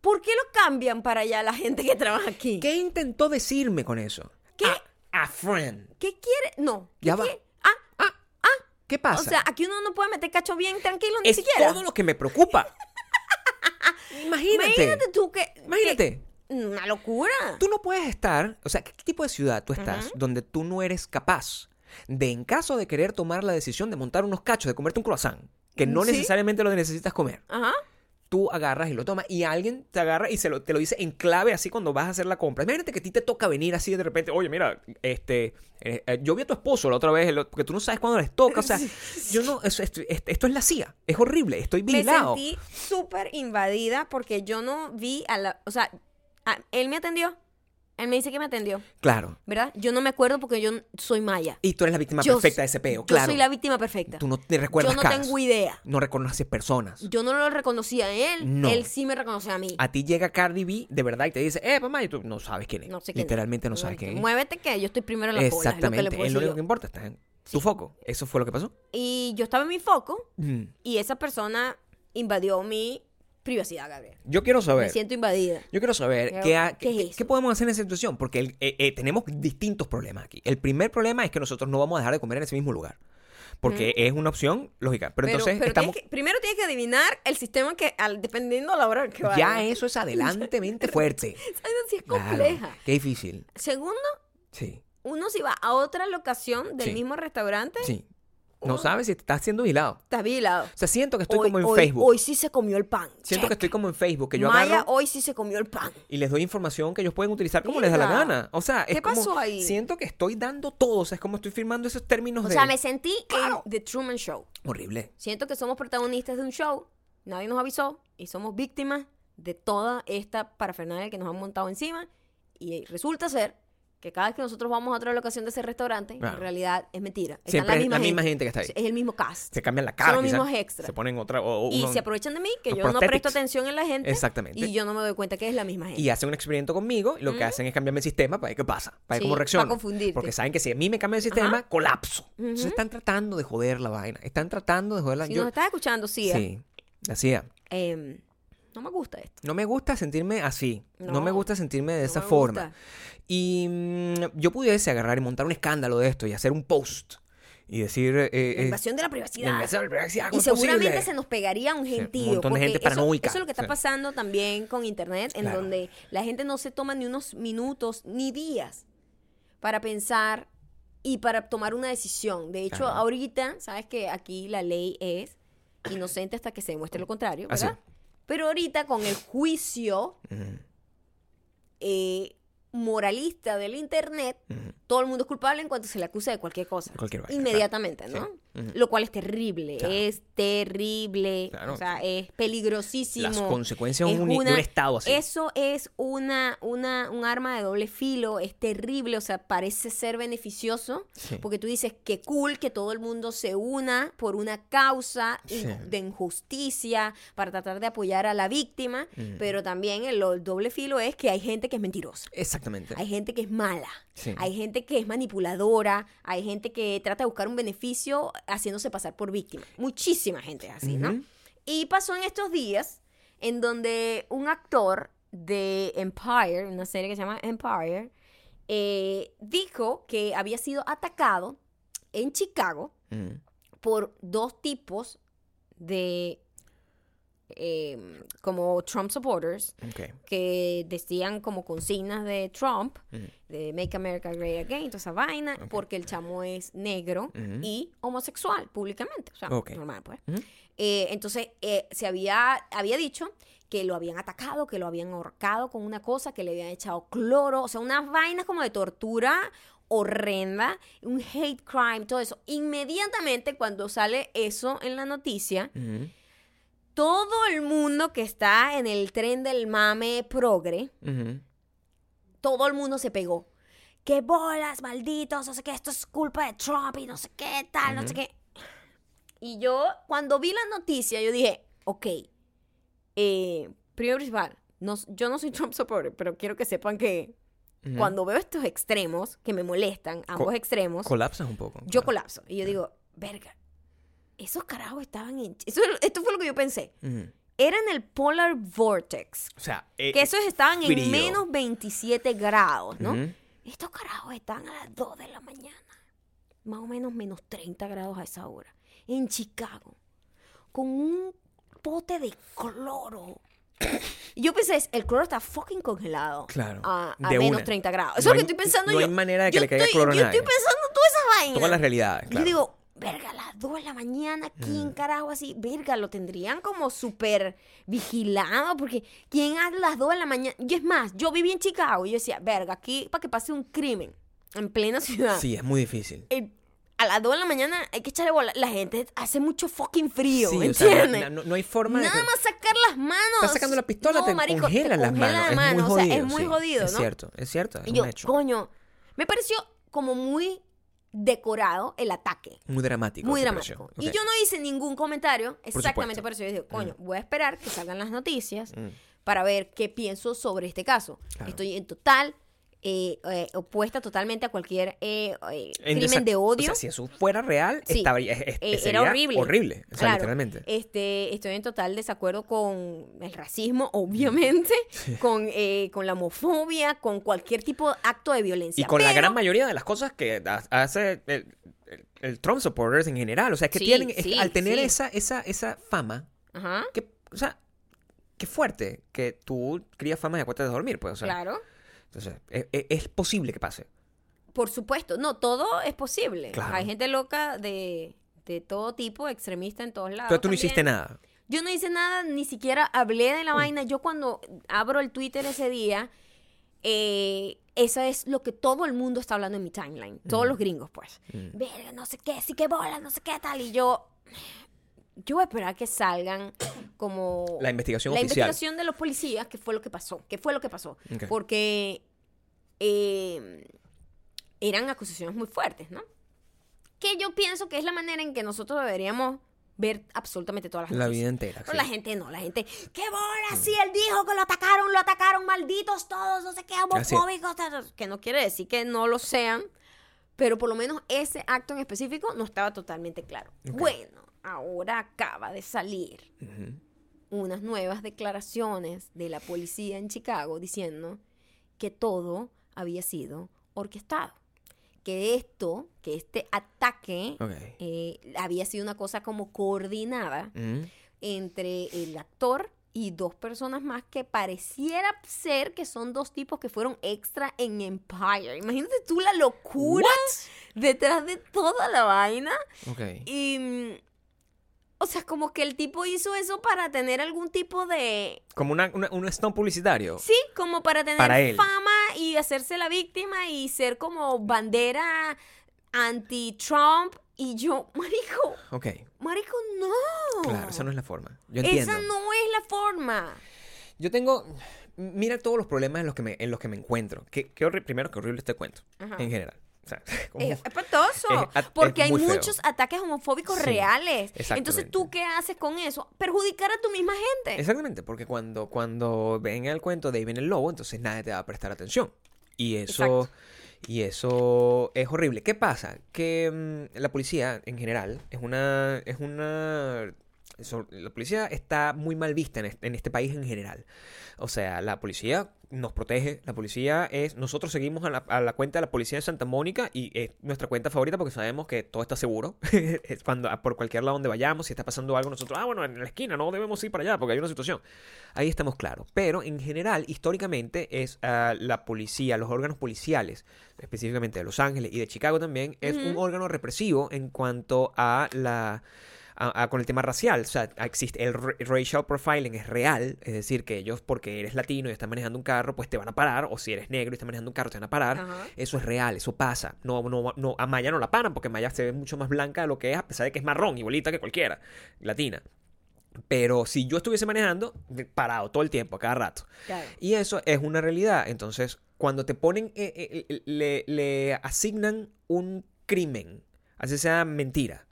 ¿Por qué lo cambian para allá la gente que trabaja aquí?
¿Qué intentó decirme con eso?
¿Qué?
A, a friend.
¿Qué quiere? No. ¿Qué
Ya va.
quiere? Ah,
Ah, ¿Qué pasa?
O sea, aquí uno no puede meter cacho bien tranquilo ni
es
siquiera.
todo lo que me preocupa. Imagínate.
Imagínate tú que.
Imagínate.
que- una locura.
Tú no puedes estar, o sea, ¿qué tipo de ciudad tú estás donde tú no eres capaz de, en caso de querer tomar la decisión de montar unos cachos, de comerte un croissant, que no
¿Sí?
necesariamente lo necesitas comer?
Ajá.
tú agarras y lo tomas y alguien te agarra y se lo, te lo dice en clave así cuando vas a hacer la compra. Imagínate que a ti te toca venir así de repente, oye, mira, este, eh, eh, yo vi a tu esposo la otra vez, el otro", porque tú no sabes cuándo les toca, o sea, yo no, eso- esto, esto- esto es la CIA, es horrible, estoy vigilado.
Me sentí súper invadida porque yo no vi a la. O sea, a- él me atendió. Él me dice que me atendió,
Claro.
¿verdad? Yo no me acuerdo porque yo n- soy maya.
Y tú eres la víctima
Yo
perfecta de
s-
ese peo,
yo
claro.
soy la víctima perfecta.
Tú no te recuerdas
Yo no
caras.
tengo idea.
No reconoces personas.
Yo no lo reconocía a él.
No.
Él sí me reconoció a mí.
A ti llega Cardi B de verdad y te dice, eh, mamá, y tú no sabes quién es.
No sé quién es.
Literalmente no sabes
Marica,
quién es.
Muévete que yo estoy primero en la cola. es lo que le
Exactamente.
puedo
Es lo
decir
único que
yo.
importa. Estás en tu foco. Eso fue lo que pasó.
Y yo estaba en mi foco
Mm.
y esa persona invadió mi privacidad, Gabriel.
Yo quiero
Me
saber.
siento invadida.
Yo quiero saber
Pero,
qué, ha-
¿qué es
qué-
eso?
qué podemos hacer en esa situación, porque el- eh, eh, tenemos distintos problemas aquí. El primer problema es que nosotros no vamos a dejar de comer en ese mismo lugar, porque es una opción lógica. Pero,
Mm. Pero,
entonces
pero tienes
estamos,
que- primero tienes que adivinar el sistema que, al, dependiendo de la hora que vaya.
ya eso es adelantemente fuerte.
Esa vaina sí es
Claro,
compleja.
qué difícil.
Segundo,
Sí,
uno si va a otra locación del
Sí.
mismo restaurante,
sí. No sabes si te estás siendo vigilado.
está vigilado.
O sea, siento que estoy como en
hoy,
Facebook.
Hoy sí se comió el pan.
siento que
Check.
estoy como en Facebook, que yo
Maya
agarro
hoy sí se comió el pan.
y les doy información que ellos pueden utilizar como les da la
Mierda.
gana. O sea, es
¿Qué
como
pasó ahí?
siento que estoy dando todo, o sea, es como estoy firmando esos términos
O
de
sea, me sentí
Claro.
en The Truman Show.
horrible.
Siento que somos protagonistas de un show, nadie nos avisó y somos víctimas de toda esta parafernalia que nos han montado encima. Y resulta ser que cada vez que nosotros vamos a otra locación de ese restaurante,
Claro.
en realidad es mentira. Está la
Siempre es
misma,
la misma
gente.
gente que está ahí.
Es el mismo cast.
se cambian la cara.
Son los
quizás.
mismos extras.
Se ponen otra. o- o
y
uno-
se aprovechan de mí, que
los
yo no presto
prosthetics.
atención en la gente.
Exactamente.
Y yo no me doy cuenta que es la misma gente.
y hacen un experimento conmigo y lo que hacen es cambiarme el sistema para ver qué pasa, para ver
Sí,
cómo
para
reacciona.
confundirte.
Porque saben que si a mí me cambia el sistema, colapso. Entonces están tratando de joder la vaina. Están tratando de joder la
si
yo-
nos estás escuchando, sí,
Sí, así es.
no me gusta esto.
No me gusta sentirme así. No,
No,
me gusta sentirme de
no
esa
me
forma.
gusta.
Y mm, yo pudiese agarrar y montar un escándalo de esto y hacer un post y decir. eh, eh,
La invasión de la privacidad.
la invasión de la privacidad, Ah,
Y
¿cómo es
seguramente
posible?
se nos pegaría un
un
gentío.
montón de
porque
gente
eso-
paranoica.
Eso, es lo que está
Sí.
pasando también con internet, en
Claro.
donde la gente no se toma ni unos minutos ni días para pensar y para tomar una decisión. De hecho,
Claro.
ahorita, sabes que aquí la ley es inocente hasta que se demuestre lo contrario,
Así
¿verdad? Pero ahorita con el juicio
Ujú,
eh, moralista del internet,
ujú.
todo el mundo es culpable en cuanto se le acusa de cualquier cosa.
Cualquier vaina,
Inmediatamente,
claro.
¿no?
Sí. Ujú.
Lo cual es terrible,
Claro.
es terrible,
Claro.
o sea, es peligrosísimo.
Las consecuencias de
Es
un- e- de un estado así.
Eso es una, una, un arma de doble filo, es terrible, o sea, parece ser beneficioso,
Sí.
porque tú dices que cool que todo el mundo se una por una causa in-
Sí.
de injusticia para tratar de apoyar a la víctima,
Mm.
pero también el, el doble filo es que hay gente que es mentirosa.
Exactamente.
Hay gente que es mala,
Sí.
hay gente que es manipuladora, hay gente que trata de buscar un beneficio haciéndose pasar por víctima. Muchísima gente es así, ¿no?
Ujú.
Y pasó en estos días en donde un actor de Empire, una serie que se llama Empire, eh, dijo que había sido atacado en Chicago
Ujú.
por dos tipos de eh, como Trump supporters
Ok.
que decían como consignas de Trump,
Ujú.
de Make America Great Again, toda esa vaina, porque el chamo es negro
Ujú.
y homosexual públicamente, o sea,
Ok.
normal pues.
Ujú.
Eh, entonces, eh, se había, había dicho que lo habían atacado, que lo habían ahorcado con una cosa, que le habían echado cloro, o sea, unas vainas como de tortura horrenda, un hate crime, todo eso. Inmediatamente cuando sale eso en la noticia,
Ujú.
todo el mundo que está en el tren del mame progre,
Ujú.
todo el mundo se pegó. ¡Qué bolas, malditos! No sé qué, esto es culpa de Trump y no sé qué, tal, no sé qué. Y yo, cuando vi la noticia, yo dije, ok, eh, primero y principal, no s- yo no soy Trump supporter, pero quiero que sepan que
Ujú.
cuando veo estos extremos, que me molestan, ambos extremos,
Colapsas un poco.
yo
claro.
colapso. Y yo digo, verga, esos carajos estaban en... Eso, esto fue lo que yo pensé.
Ujú.
Era en el Polar Vortex,
O sea, eh,
que esos estaban
frío.
en menos 27 grados, ¿no?
Ujú.
Estos carajos estaban a las 2 de la mañana, más o menos menos 30 grados a esa hora, en Chicago, con un pote de cloro. Y yo pensé, es- el cloro está fucking congelado.
Claro,
A, a
de
menos
una.
30 grados. Eso es lo
No hay-
que estoy pensando
no
yo.
hay manera de que
Yo
le caiga
estoy-
cloro a
Yo
nadie.
estoy pensando todas esas vainas.
Todas las realidades, claro. Mm.
Yo digo, verga, a las 2 de la mañana, ¿quién carajo así? Verga, lo tendrían como súper vigilado, porque ¿quién a las 2 de la mañana? Y es más, yo viví en Chicago y yo decía, verga, aquí para que pase un crimen en plena ciudad.
Sí, es muy difícil.
eh, a las 2 de la mañana hay que echarle bola. La gente hace mucho fucking frío,
Sí, o sea,
¿entiendes?
no, no- no hay forma de...
Nada
que-
más sacar las manos
estás sacando la pistola, te congelan las manos.
congela
es
la mano,
muy
o sea,
jodido.
es muy
sí.
jodido,
Es
¿no?
cierto, es cierto. Es
Y yo,
un hecho.
coño, me pareció como muy decorado el ataque.
Muy dramático.
Muy
esa
dramático.
operación,
Y
ok.
yo no hice ningún comentario exactamente
supuesto.
por, eso. Yo dije, coño, voy a esperar que salgan las noticias
Mm.
para ver qué pienso sobre este caso.
Claro.
Estoy en total eh, eh, opuesta totalmente a cualquier eh, eh,
En
crimen
desa-
de odio.
O sea, si eso fuera real,
Sí.
estaba- es- es-
Eh,
sería
era horrible.
Horrible, o sea,
Claro.
literalmente.
Este, estoy en total desacuerdo con el racismo, obviamente, con, eh, con la homofobia, con cualquier tipo de acto de violencia.
Y con la
Pero-
gran mayoría de las cosas que ha- hace el, el- el Trump supporters en general. O sea, es que
Sí,
tienen, es-
sí,
al tener
sí.
esa, esa, esa fama,
Ajá,
que, o sea, qué fuerte que tú crías fama y acuestas a dormir, pues. O sea,
claro.
entonces, es, es- es posible que pase.
Por supuesto, no, todo es posible.
Claro.
Hay gente loca de, de todo tipo, extremista en todos lados.
Pero tú
Ah,
no
también.
hiciste nada.
Yo no hice nada, ni siquiera hablé de la vaina. Yo cuando abro el Twitter ese día, eh, eso es lo que todo el mundo está hablando en mi timeline. Todos los gringos, pues.
Mm.
Verga, no sé qué, sí que bola, no sé qué tal. Y yo, yo voy a esperar que salgan como...
La investigación
la
oficial.
investigación de los policías, que fue lo que pasó, que fue lo que pasó.
Ok.
Porque eh, eran acusaciones muy fuertes, ¿no? Que yo pienso que es la manera en que nosotros deberíamos ver absolutamente todas las
La
noticias.
vida entera.
Pero
sí. Mm.
la gente no, la gente, ¿qué bola? Si él dijo que lo atacaron, lo atacaron, malditos todos, no sé qué,
Así es.
homofóbicos, ta, ta, ta", que no quiere decir que no lo sean, pero por lo menos ese acto en específico no estaba totalmente claro.
Ok.
Bueno, ahora acaba de salir
Ujú.
unas nuevas declaraciones de la policía en Chicago diciendo que todo había sido orquestado, que esto, que este ataque
Ok.
eh, había sido una cosa como coordinada
Mm.
entre el actor y dos personas más que pareciera ser que son dos tipos que fueron extra en Empire. Imagínate tú la locura detrás de toda la vaina.
Ok.
Y. mm, O sea, como que el tipo hizo eso para tener algún tipo de.
Como una, una- un stunt publicitario.
Sí, como para tener
Para él.
fama y hacerse la víctima y ser como bandera anti-Trump. Y yo, Marico,
Ok.
Marico, no.
Claro, esa no es la forma. Yo entiendo.
Esa no es la forma.
Yo tengo. Mira todos los problemas en los que me, en los que me encuentro. Qué, qué horri- primero, que horrible este cuento.
Ajá.
En general. O sea, como-
Es es espantoso.
Es a- es
porque hay
muy feo.
muchos ataques homofóbicos
Sí,
reales. Entonces,
exactamente.
¿tú qué haces con eso? Perjudicar a tu misma gente.
Exactamente, porque cuando, cuando venga el cuento de ahí viene el lobo, entonces nadie te va a prestar atención. Y eso,
Exacto.
y eso es horrible. ¿Qué pasa? Que mm, la policía, en general, es una. Es una so- la policía está muy mal vista en este, en este país en general. O sea, la policía nos protege. La policía es. Nosotros seguimos a la, a la cuenta de la policía de Santa Mónica y es nuestra cuenta favorita porque sabemos que todo está seguro. Es Cuando, por cualquier lado donde vayamos, si está pasando algo, nosotros. Ah, bueno, en la esquina, no debemos ir para allá porque hay una situación. Ahí estamos claros. Pero en general, históricamente, es ah, la policía, los órganos policiales, específicamente de Los Ángeles y de Chicago también, es un órgano represivo en cuanto a la. a- a- con el tema racial, o sea, existe el ra- racial profiling es real, es decir, que ellos porque eres latino y estás manejando un carro, pues te van a parar, o si eres negro y estás manejando un carro, te van a parar.
Ajá.
Eso es real, eso pasa. No, no, no, a Maya no la paran porque Maya se ve mucho más blanca de lo que es, a pesar de que es marrón, igualita que cualquiera, latina. Pero si yo estuviese manejando, parado todo el tiempo, a cada rato.
Claro.
Y eso es una realidad. Entonces, cuando te ponen, eh, eh, eh, le, le asignan un crimen, así sea mentira,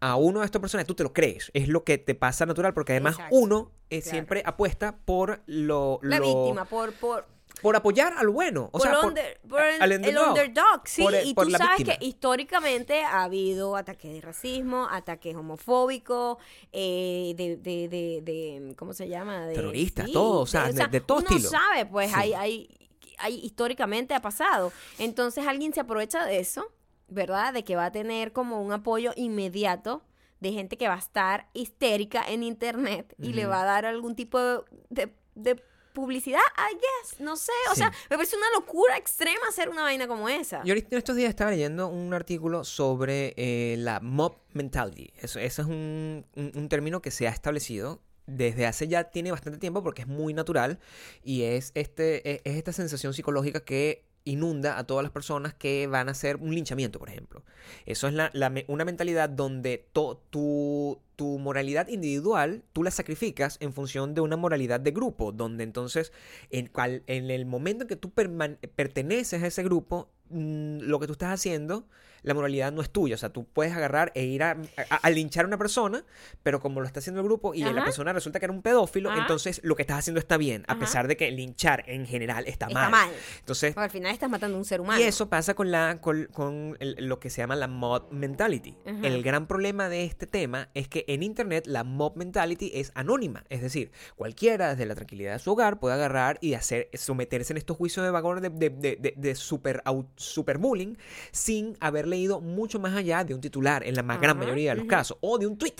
a uno de estos personajes, tú te lo crees. Es lo que te pasa natural, porque además
Exacto.
uno eh,
Claro.
siempre apuesta por lo,
La
lo-
víctima, por, por,
Por apoyar al bueno. O
por,
sea, por-
under- por el,
al
el
underdog.
underdog, sí.
Por el-
y
por
tú
la
sabes
víctima.
que históricamente ha habido ataques de racismo, ataques homofóbicos, eh, de, de, de, de- ¿cómo se llama? De,
Terroristas, todo, o sea, de- de todo
uno
estilo.
sabe, pues,
Sí.
hay, hay, hay, históricamente ha pasado. Entonces alguien se aprovecha de eso, ¿verdad? De que va a tener como un apoyo inmediato de gente que va a estar histérica en internet y le
Ujú.
va a dar algún tipo de, de- de publicidad, I guess, no sé, o
Sí.
sea, me parece una locura extrema hacer una vaina como esa.
Yo ahorita en estos días estaba leyendo un artículo sobre eh, la mob mentality. Eso, ese es un, un- un término que se ha establecido desde hace e, ya tiene bastante tiempo porque es muy natural y es, este, es, es esta sensación psicológica que inunda a todas las personas que van a hacer un linchamiento, por ejemplo. Eso es la- la me- una mentalidad donde to- tu, tu moralidad individual tú la sacrificas en función de una moralidad de grupo, donde entonces en, cual- en el momento en que tú perman- perteneces a ese grupo, mm, lo que tú estás haciendo, la moralidad no es tuya. O sea, tú puedes agarrar e ir a, a- a linchar a una persona, pero como lo está haciendo el grupo y la
Ajá.
persona resulta que era un pedófilo,
Ajá.
entonces lo que estás haciendo está bien, a
Ajá.
pesar de que linchar en general está,
Está mal.
Entonces,
Porque al final estás matando a un ser humano.
y eso pasa con, la, con, con el- lo que se llama la mob mentality.
Ajá.
El gran problema de este tema es que en Internet la mob mentality es anónima. Es decir, cualquiera desde la tranquilidad de su hogar puede agarrar y hacer someterse en estos juicios de vagón de, de, de- de- de super, au- super bullying sin haber leído mucho más allá de un titular en la más gran
Ajá,
mayoría de los casos o de un tweet.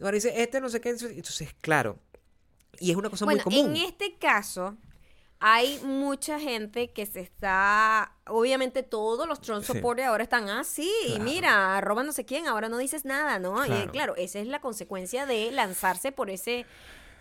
Ahora dice, este no sé qué. Entonces, claro. Y es una cosa
bueno,
muy común.
en este caso hay mucha gente que se está, obviamente todos los Trump
Sí.
supporters ahora están así, y
Claro.
mira, arroba no sé quién, ahora no dices nada, ¿no? Y eh,
Claro.
claro, esa es la consecuencia de lanzarse por ese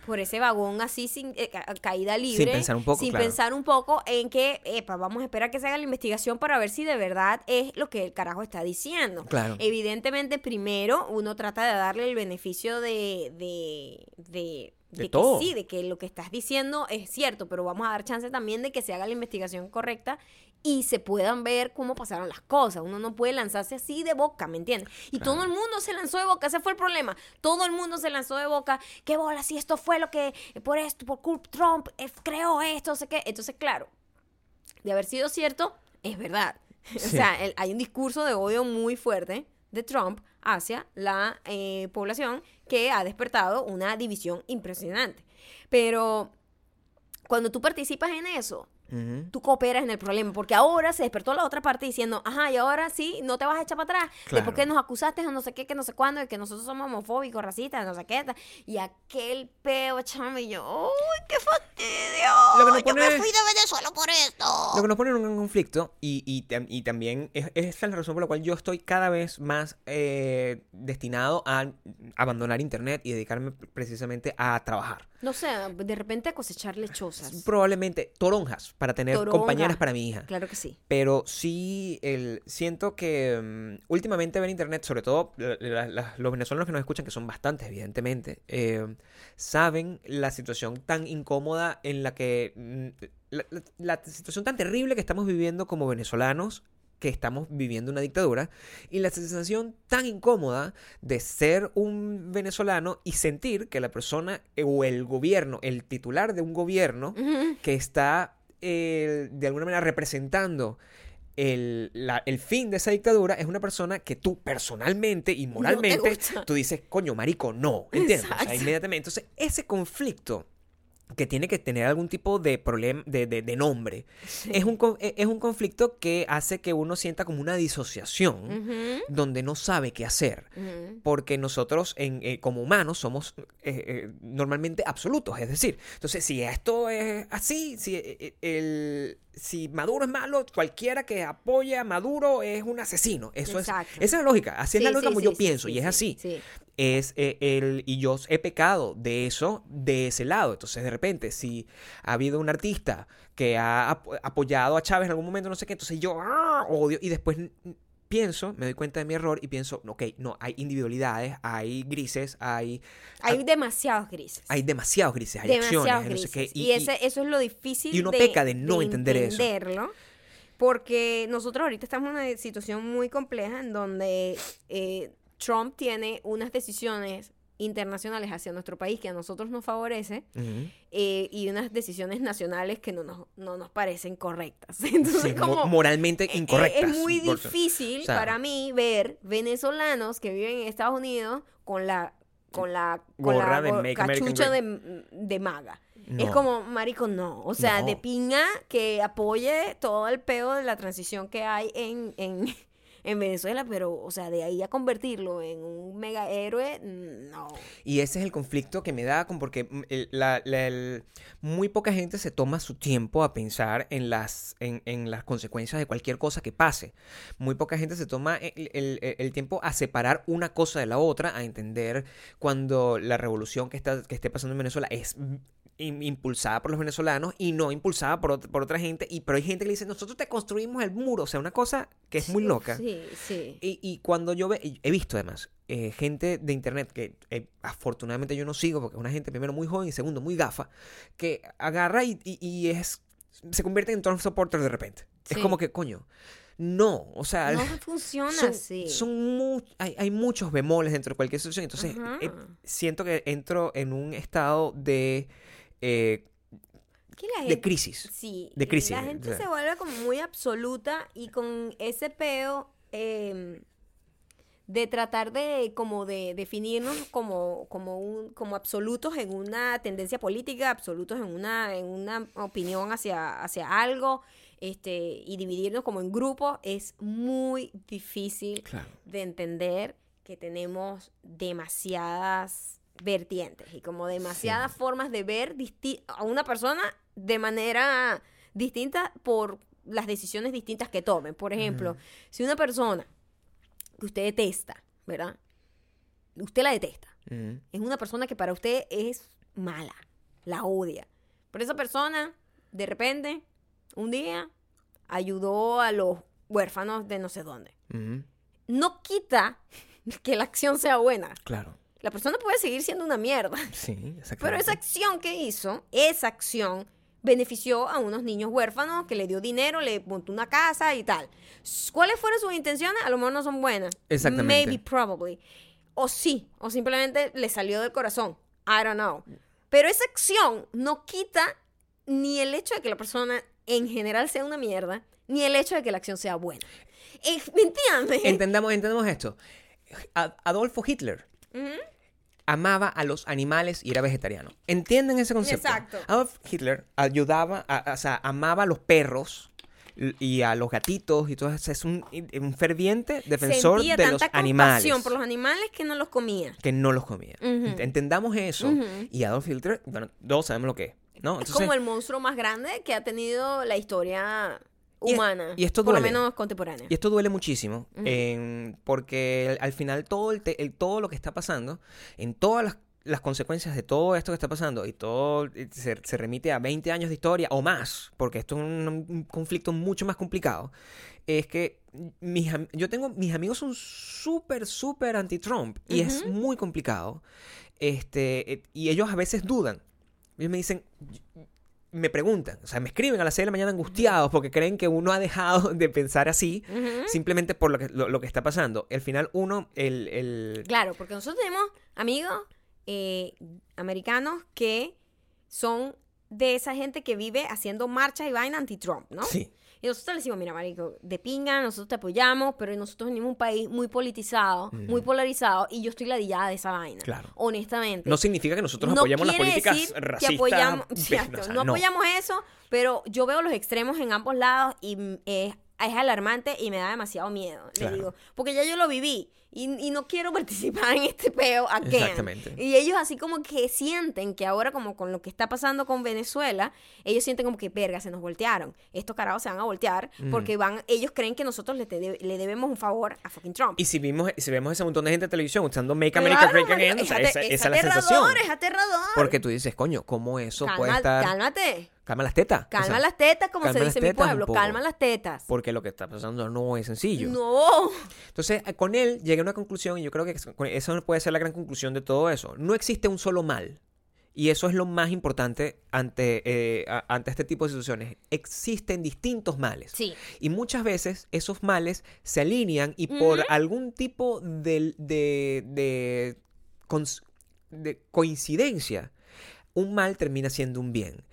por ese vagón así sin eh, ca- caída libre
pensar un poco,
sin
claro.
pensar un poco en que epa vamos a esperar que se haga la investigación para ver si de verdad es lo que el carajo está diciendo
Claro.
evidentemente primero uno trata de darle el beneficio de de, de-
De
de que
todo.
sí, de que lo que estás diciendo es cierto, pero vamos a dar chance también de que se haga la investigación correcta y se puedan ver cómo pasaron las cosas. Uno no puede lanzarse así de boca, ¿me entiendes? Y
Claro.
todo el mundo se lanzó de boca, ese fue el problema. Todo el mundo se lanzó de boca. ¿Qué bola? Si esto fue lo que, por esto, por culp- Trump, eh, creó esto, no sé qué. Entonces, claro, de haber sido cierto, es verdad. O
Sí.
sea, el- hay un discurso de odio muy fuerte de Trump hacia la eh, población que ha despertado una división impresionante. Pero cuando tú participas en eso,
Ujú.
tú cooperas en el problema, porque ahora se despertó la otra parte diciendo, ajá, y ahora sí, no te vas a echar para atrás, de por
Claro.
qué nos acusaste de no sé qué, que no sé cuándo, de que nosotros somos homofóbicos, racistas, no sé qué, ta- y aquel peo, chamo, y yo, uy, qué fastidio,
Lo que nos
yo
pone
me
es-
fui de Venezuela por esto.
Lo que nos pone en un gran conflicto y, y, tam- y también es, esa es la razón por la cual yo estoy cada vez más eh, destinado a abandonar internet y dedicarme precisamente a trabajar.
No sé, de repente a cosechar lechosas.
Probablemente toronjas para tener
Toronja.
compañeras para mi hija.
Claro que sí.
Pero sí, el, siento que mm, últimamente ver internet, sobre todo la- la- la- los venezolanos que nos escuchan, que son bastantes, evidentemente, eh, saben la situación tan incómoda en la que. mm, La, la- la situación tan terrible que estamos viviendo como venezolanos, que estamos viviendo una dictadura, y la sensación tan incómoda de ser un venezolano y sentir que la persona eh, o el gobierno, el titular de un gobierno,
Ujú.
que está eh, de alguna manera representando el, la- el fin de esa dictadura es una persona que tú personalmente y moralmente
gusta.
tú dices, coño, marico, no, ¿entiendes? O sea,
Exacto.
inmediatamente. Entonces, ese conflicto que tiene que tener algún tipo de problema, de, de- de nombre, es, un, con- es un conflicto que hace que uno sienta como una disociación
Ujú.
donde no sabe qué hacer
Ujú.
porque nosotros en, eh, como humanos somos eh, eh, normalmente absolutos, es decir, entonces si esto es así, si, eh, eh, el, si Maduro es malo, cualquiera que apoya a Maduro es un asesino, eso es, esa
Exacto.
es la lógica, así es la
Sí,
lógica
sí,
como
sí,
yo
sí,
pienso
sí,
y es
sí,
así,
sí.
es eh, el, y yo he pecado de eso, de ese lado, entonces de repente si ha habido un artista que ha ap- apoyado a Chávez en algún momento, no sé qué, entonces yo ¡ah! odio y después pienso, me doy cuenta de mi error y pienso, ok, no, hay individualidades, hay grises, hay,
Hay demasiados grises.
Ah, hay demasiados grises, hay
demasiados
acciones, no sé
grises.
qué.
y ese- eso es lo difícil
y uno peca de no entender eso.
entenderlo, Porque nosotros ahorita estamos en una situación muy compleja en donde eh, Trump tiene unas decisiones internacionales hacia nuestro país que a nosotros nos favorece
Ujú.
eh, y unas decisiones nacionales que no nos, no nos parecen correctas. Entonces,
Sí, mo-
como,
moralmente
es-
incorrectas.
Eh, Es muy
por-
difícil
o sea-
para mí ver venezolanos que viven en Estados Unidos con la con la, con la
Gorra de
gor-
Make America
cachucha de, de maga. Es
No.
como, marico, no. O sea,
No.
de pinga que apoye todo el peo de la transición que hay en, en, en Venezuela, pero, o sea, de ahí a convertirlo en un mega héroe, no.
Y ese es el conflicto que me da, con porque mm, el- la- la- el- muy poca gente se toma su tiempo a pensar en las, en, en las consecuencias de cualquier cosa que pase. Muy poca gente se toma eh, el, el- el- el tiempo a separar una cosa de la otra, a entender cuando la revolución que, está, que esté pasando en Venezuela es mm, im- impulsada por los venezolanos y no impulsada por, ot- por otra gente. Y, pero hay gente que le dice, nosotros te construimos el muro. O sea, una cosa que es muy loca.
Sí, sí.
Y, y cuando yo ve, y he visto además eh, gente de internet que eh, afortunadamente yo no sigo porque es una gente primero muy joven y segundo muy gafa, que agarra y, y- y es se convierte en Trump supporter de repente.
Sí.
Es como que, coño, no, o sea,
No funciona
son,
así.
son mu- hay, hay muchos bemoles dentro de cualquier situación. Entonces,
Ajá.
eh, siento que entro en un estado de, eh,
Que la
de
gente-
crisis.
Sí.
de crisis,
La
o
gente
sea.
se vuelve como muy absoluta y con ese peo eh, de tratar de como de definirnos como como un, como absolutos en una tendencia política, absolutos en una en una opinión hacia hacia algo, este y dividirnos como en grupos es muy difícil
Claro.
de entender que tenemos demasiadas vertientes y como demasiadas formas de ver disti- a una persona de manera distinta por las decisiones distintas que tomen. Por ejemplo, si una persona que usted detesta, ¿verdad? Usted la detesta.
Ujú.
Es una persona que para usted es mala, la odia. Pero esa persona, de repente, un día, ayudó a los huérfanos de no sé dónde
Ujú.
no quita que la acción sea buena.
Claro.
La persona puede seguir siendo una mierda,
Sí,
pero
exactamente.
esa acción que hizo, esa acción benefició a unos niños huérfanos que le dio dinero, le montó una casa y tal. S- ¿Cuáles fueron sus intenciones? A lo mejor no son buenas.
Exactamente.
Maybe, probably. O sí, o simplemente le salió del corazón. I don't know. Pero esa acción no quita ni el hecho de que la persona en general sea una mierda, ni el hecho de que la acción sea buena. Eh, ¿Me entiendes?
Entendamos, entendamos esto. A- Adolfo Hitler amaba a los animales y era vegetariano. ¿Entienden ese concepto?
Exacto.
Adolf Hitler ayudaba, a- a- o sea, amaba a los perros l- y a los gatitos y todo eso. Es un, un ferviente defensor
sentía
de los
tanta
animales
compasión por los animales que no los comía.
que no los comía. Ent- Entendamos eso. Y Adolf Hitler, bueno, todos sabemos lo que es, ¿no?
es como el monstruo más grande que ha tenido la historia humana.
y esto
por lo
duele.
menos contemporánea.
Y esto duele muchísimo, en- porque al final todo, el te- el- todo lo que está pasando, en todas las, las consecuencias de todo esto que está pasando, y todo eh, se, se remite a 20 años de historia o más, porque esto es un, un conflicto mucho más complicado, es que mis, am- yo tengo, mis amigos son súper, súper anti-Trump, y es muy complicado, este, eh, y ellos a veces dudan. Ellos me dicen, me preguntan, o sea, me escriben a las 6 de la mañana angustiados porque creen que uno ha dejado de pensar así simplemente por lo que, lo, lo que está pasando. Al final, uno, el. el-
Claro, porque nosotros tenemos amigos eh, americanos que son de esa gente que vive haciendo marchas y vaina anti-Trump, ¿no?
Sí,
Y nosotros le decimos, mira, marico, de pinga, nosotros te apoyamos, pero nosotros venimos de un país muy politizado, muy polarizado, y yo estoy ladillada de esa vaina.
Claro.
Honestamente.
no significa que nosotros
No
apoyamos las
quiere
políticas
decir que
racistas.
apoyamos-
de-
Exacto,
o sea,
no, apoyamos eso, pero yo veo los extremos en ambos lados y mm, es, es alarmante y me da demasiado miedo. le
Claro.
digo, porque ya yo lo viví y, y no quiero participar en este peo again.
Exactamente.
Y ellos así como que sienten que ahora como con lo que está pasando con Venezuela, ellos sienten como que, verga, se nos voltearon. Estos carajos se van a voltear
Mm.
porque van, ellos creen que nosotros le, te- le debemos un favor a fucking Trump.
Y si, vimos, si vemos ese montón de gente en televisión usando Make
Claro,
America Great
marico,
Again, o sea,
ate-
esa, esa es la
aterrador,
sensación.
es aterrador.
Porque tú dices, coño, ¿cómo eso
Calma-
puede estar. Calma,
Cálmate.
las tetas. o
Calma
sea,
las tetas, como se
calma las
dice en mi
tetas un
pueblo.
poco.
Calma las tetas.
Porque lo que está pasando no es sencillo.
No.
Entonces, eh, con él llegué a una conclusión y yo creo que es- con- eso puede ser la gran conclusión de todo eso. No existe un solo mal. Y eso es lo más importante ante, eh, a- ante este tipo de situaciones. Existen distintos males.
Sí.
Y muchas veces esos males se alinean y por algún tipo de, de- de cons- de coincidencia, un mal termina siendo un bien.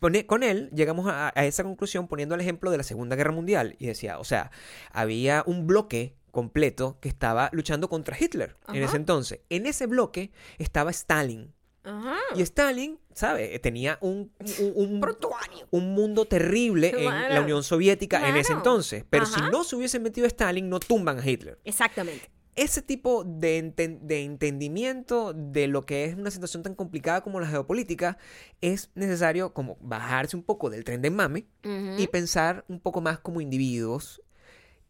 Pone- con él llegamos a, a esa conclusión poniendo el ejemplo de la Segunda Guerra Mundial. Y decía, o sea, había un bloque completo que estaba luchando contra Hitler en
Ajá.
ese entonces. En ese bloque estaba Stalin.
Ajá.
Y Stalin, ¿sabe? Tenía un, un, un-
Protuario.
un mundo terrible en la
Claro.
Unión Soviética en ese
Claro.
entonces. Pero si
Ajá.
no se hubiesen metido a Stalin, no tumban a Hitler.
Exactamente.
Ese tipo de, enten- de entendimiento de lo que es una situación tan complicada como la geopolítica es necesario como bajarse un poco del tren de mame y pensar un poco más como individuos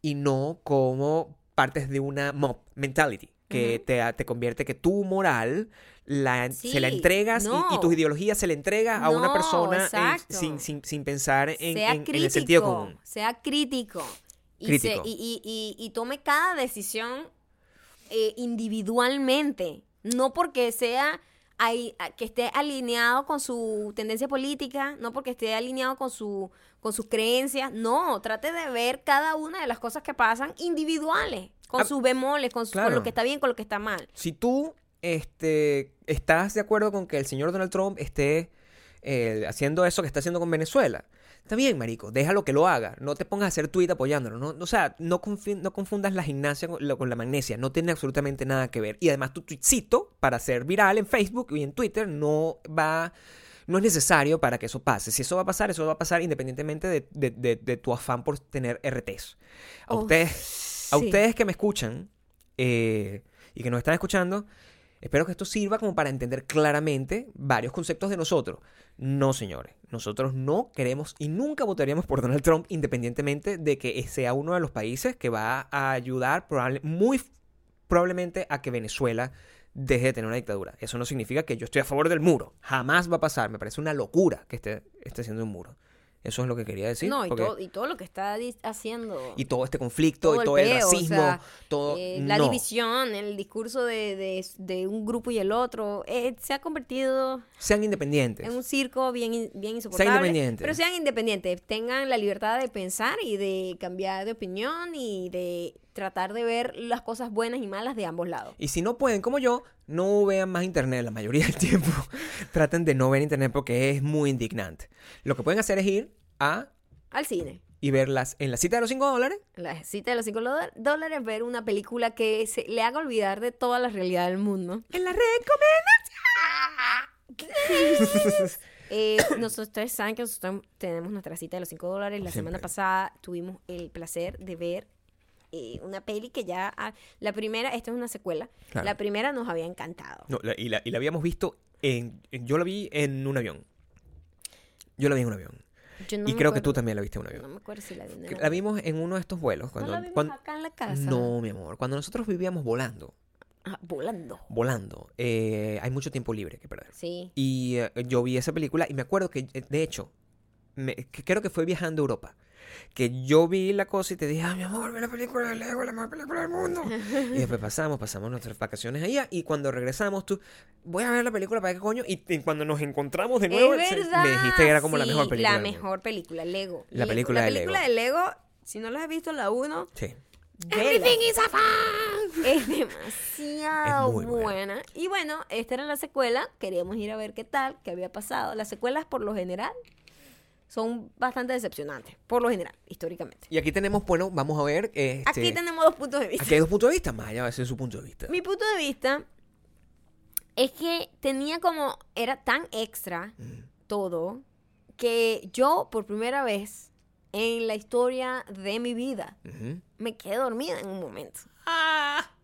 y no como partes de una mob mentality. que te, te convierte que tu moral la,
Sí,
se la entregas y- y,
no.
tus ideologías se la entregas a una
No,
persona en-
exacto.
sin, sin, sin pensar en,
sea
en- en
crítico,
el sentido común.
sea crítico y, se-
Crítico.
y- y- y- y tome cada decisión eh, individualmente, no porque sea ahí- a- que esté alineado con su tendencia política, no porque esté alineado con su con sus creencias, no, trate de ver cada una de las cosas que pasan individuales, con
Ah,
sus bemoles, con, su- con
claro.
lo que está bien, con lo que está mal.
Si tú este, estás de acuerdo con que el señor Donald Trump esté eh, haciendo eso que está haciendo con Venezuela, está bien, marico, déjalo que lo haga. No te pongas a hacer tweet apoyándolo. ¿no? O sea, no, confi- no confundas la gimnasia con la, con la magnesia. No tiene absolutamente nada que ver. Y además tu tweetcito para ser viral en Facebook y en Twitter no va... No es necesario para que eso pase. Si eso va a pasar, eso va a pasar independientemente de, de- de- de tu afán por tener RTs. A,
Oh,
ustedes, a
sí.
ustedes que me escuchan, eh, y que nos están escuchando, espero que esto sirva como para entender claramente varios conceptos de nosotros. No, señores, nosotros no queremos y nunca votaríamos por Donald Trump independientemente de que sea uno de los países que va a ayudar probable- muy f- probablemente a que Venezuela deje de tener una dictadura. Eso no significa que yo estoy a favor del muro. Jamás va a pasar. Me parece una locura que esté, esté haciendo un muro. Eso es lo que quería decir.
no, y,
porque-
todo, y todo lo que está di- haciendo.
y todo este conflicto,
todo
y
el
todo el,
peo, o
racismo,
sea,
todo...
eh, la
no.
división, el discurso de, de- de un grupo y el otro, eh, se ha convertido
Sean independientes.
en un circo bien, in- bien insoportable.
independientes.
Pero sean independientes, tengan la libertad de pensar y de cambiar de opinión y de tratar de ver las cosas buenas y malas de ambos lados.
Y si no pueden, como yo, no vean más internet la mayoría del tiempo. Traten de no ver internet porque es muy indignante. Lo que pueden hacer es ir a
Al cine.
y verlas en la cita de los 5 dólares.
La cita de los 5 dólares, ver una película que se le haga olvidar de toda la realidad del mundo.
En la red.
Eh, nosotros, ustedes saben que nosotros tenemos nuestra cita de los 5 dólares. La semana
Siempre.
pasada tuvimos el placer de ver eh, una peli que ya... ah, la primera, esta es una secuela.
Claro.
La primera nos había encantado.
No, la- y, la, y la habíamos visto en, en- Yo la vi en un avión. Yo la vi en un avión.
Yo no
y
me
creo que tú
acuerdo-
también la viste en un avión.
No me acuerdo si la vi. en el
la
avión.
vimos en uno de estos vuelos.
No
Cuando,
la vimos
cuando-
acá en la casa.
No, mi amor. Cuando nosotros vivíamos volando,
Ah, volando.
volando, eh, hay mucho tiempo libre que perder.
Sí.
Y eh, yo vi esa película y me acuerdo que, eh, de hecho, me- que creo que fue viajando a Europa. Que yo vi la cosa y te dije, ah, mi amor, ve la película de Lego, la mejor película del mundo. y después pasamos, pasamos nuestras vacaciones allá. Y cuando regresamos, tú, voy a ver la película para qué coño. Y, y cuando nos encontramos de nuevo,
es
se-
verdad.
me dijiste que era como la
sí,
mejor película.
La
del mundo.
mejor película, Lego.
La
Lego.
película
la
de
película
Lego.
de Lego. Si no la has visto, la 1.
Sí.
Everything is a fan. Es demasiado
Es muy buena.
buena. Y bueno, esta era la secuela. Queríamos ir a ver qué tal, qué había pasado. Las secuelas, por lo general, son bastante decepcionantes. Por lo general, históricamente.
Y aquí tenemos, bueno, vamos a ver. Este,
Aquí tenemos dos puntos de vista.
aquí hay dos puntos de vista. Maya va a ser su punto de vista.
Mi punto de vista es que tenía como. Era tan extra todo que yo, por primera vez en la historia de mi vida,
Ujú.
me quedé dormida en un momento.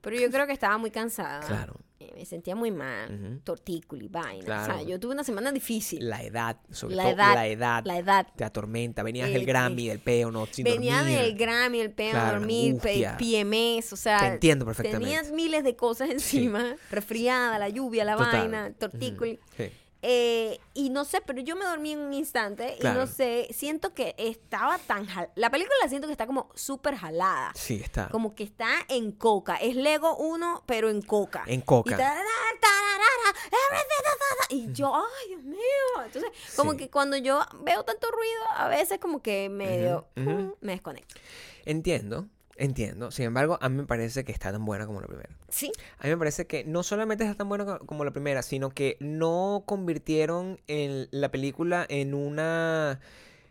Pero yo creo que estaba muy cansada.
Claro.
Eh, me sentía muy mal.
Ujú.
Tortícula y vaina. O
Claro.
sea, yo tuve una semana difícil.
La edad, sobre
La
todo
edad,
la edad.
la edad.
Te atormenta. Venías del
Eh,
Grammy, del peo, no, sin
Venía
dormir.
del Grammy, el pedo,
Claro,
dormir, pe-
angustia.
PMS, o sea.
Te entiendo perfectamente.
Tenías miles de cosas encima. Resfriada, la lluvia, la
Total.
vaina, tortícula.
Ujú. Sí.
Eh, y no sé, pero yo me dormí en un instante y
Claro.
no sé, siento que estaba tan jal- La película la siento que está como súper jalada.
Sí, está.
Como que está en coca. Es Lego 1, pero en coca.
En coca.
Y, tarara, tarara, everything, ta, ta, ta. Y yo, ay, Dios mío. Entonces, como
Sí.
que cuando yo veo tanto ruido, a veces como que medio
Ujú, ujú.
mm, me desconecto.
Entiendo, entiendo. Sin embargo, a mí me parece que está tan buena como la primera.
Sí.
A mí me parece que no solamente está tan buena co- como la primera, sino que no convirtieron en la película en una...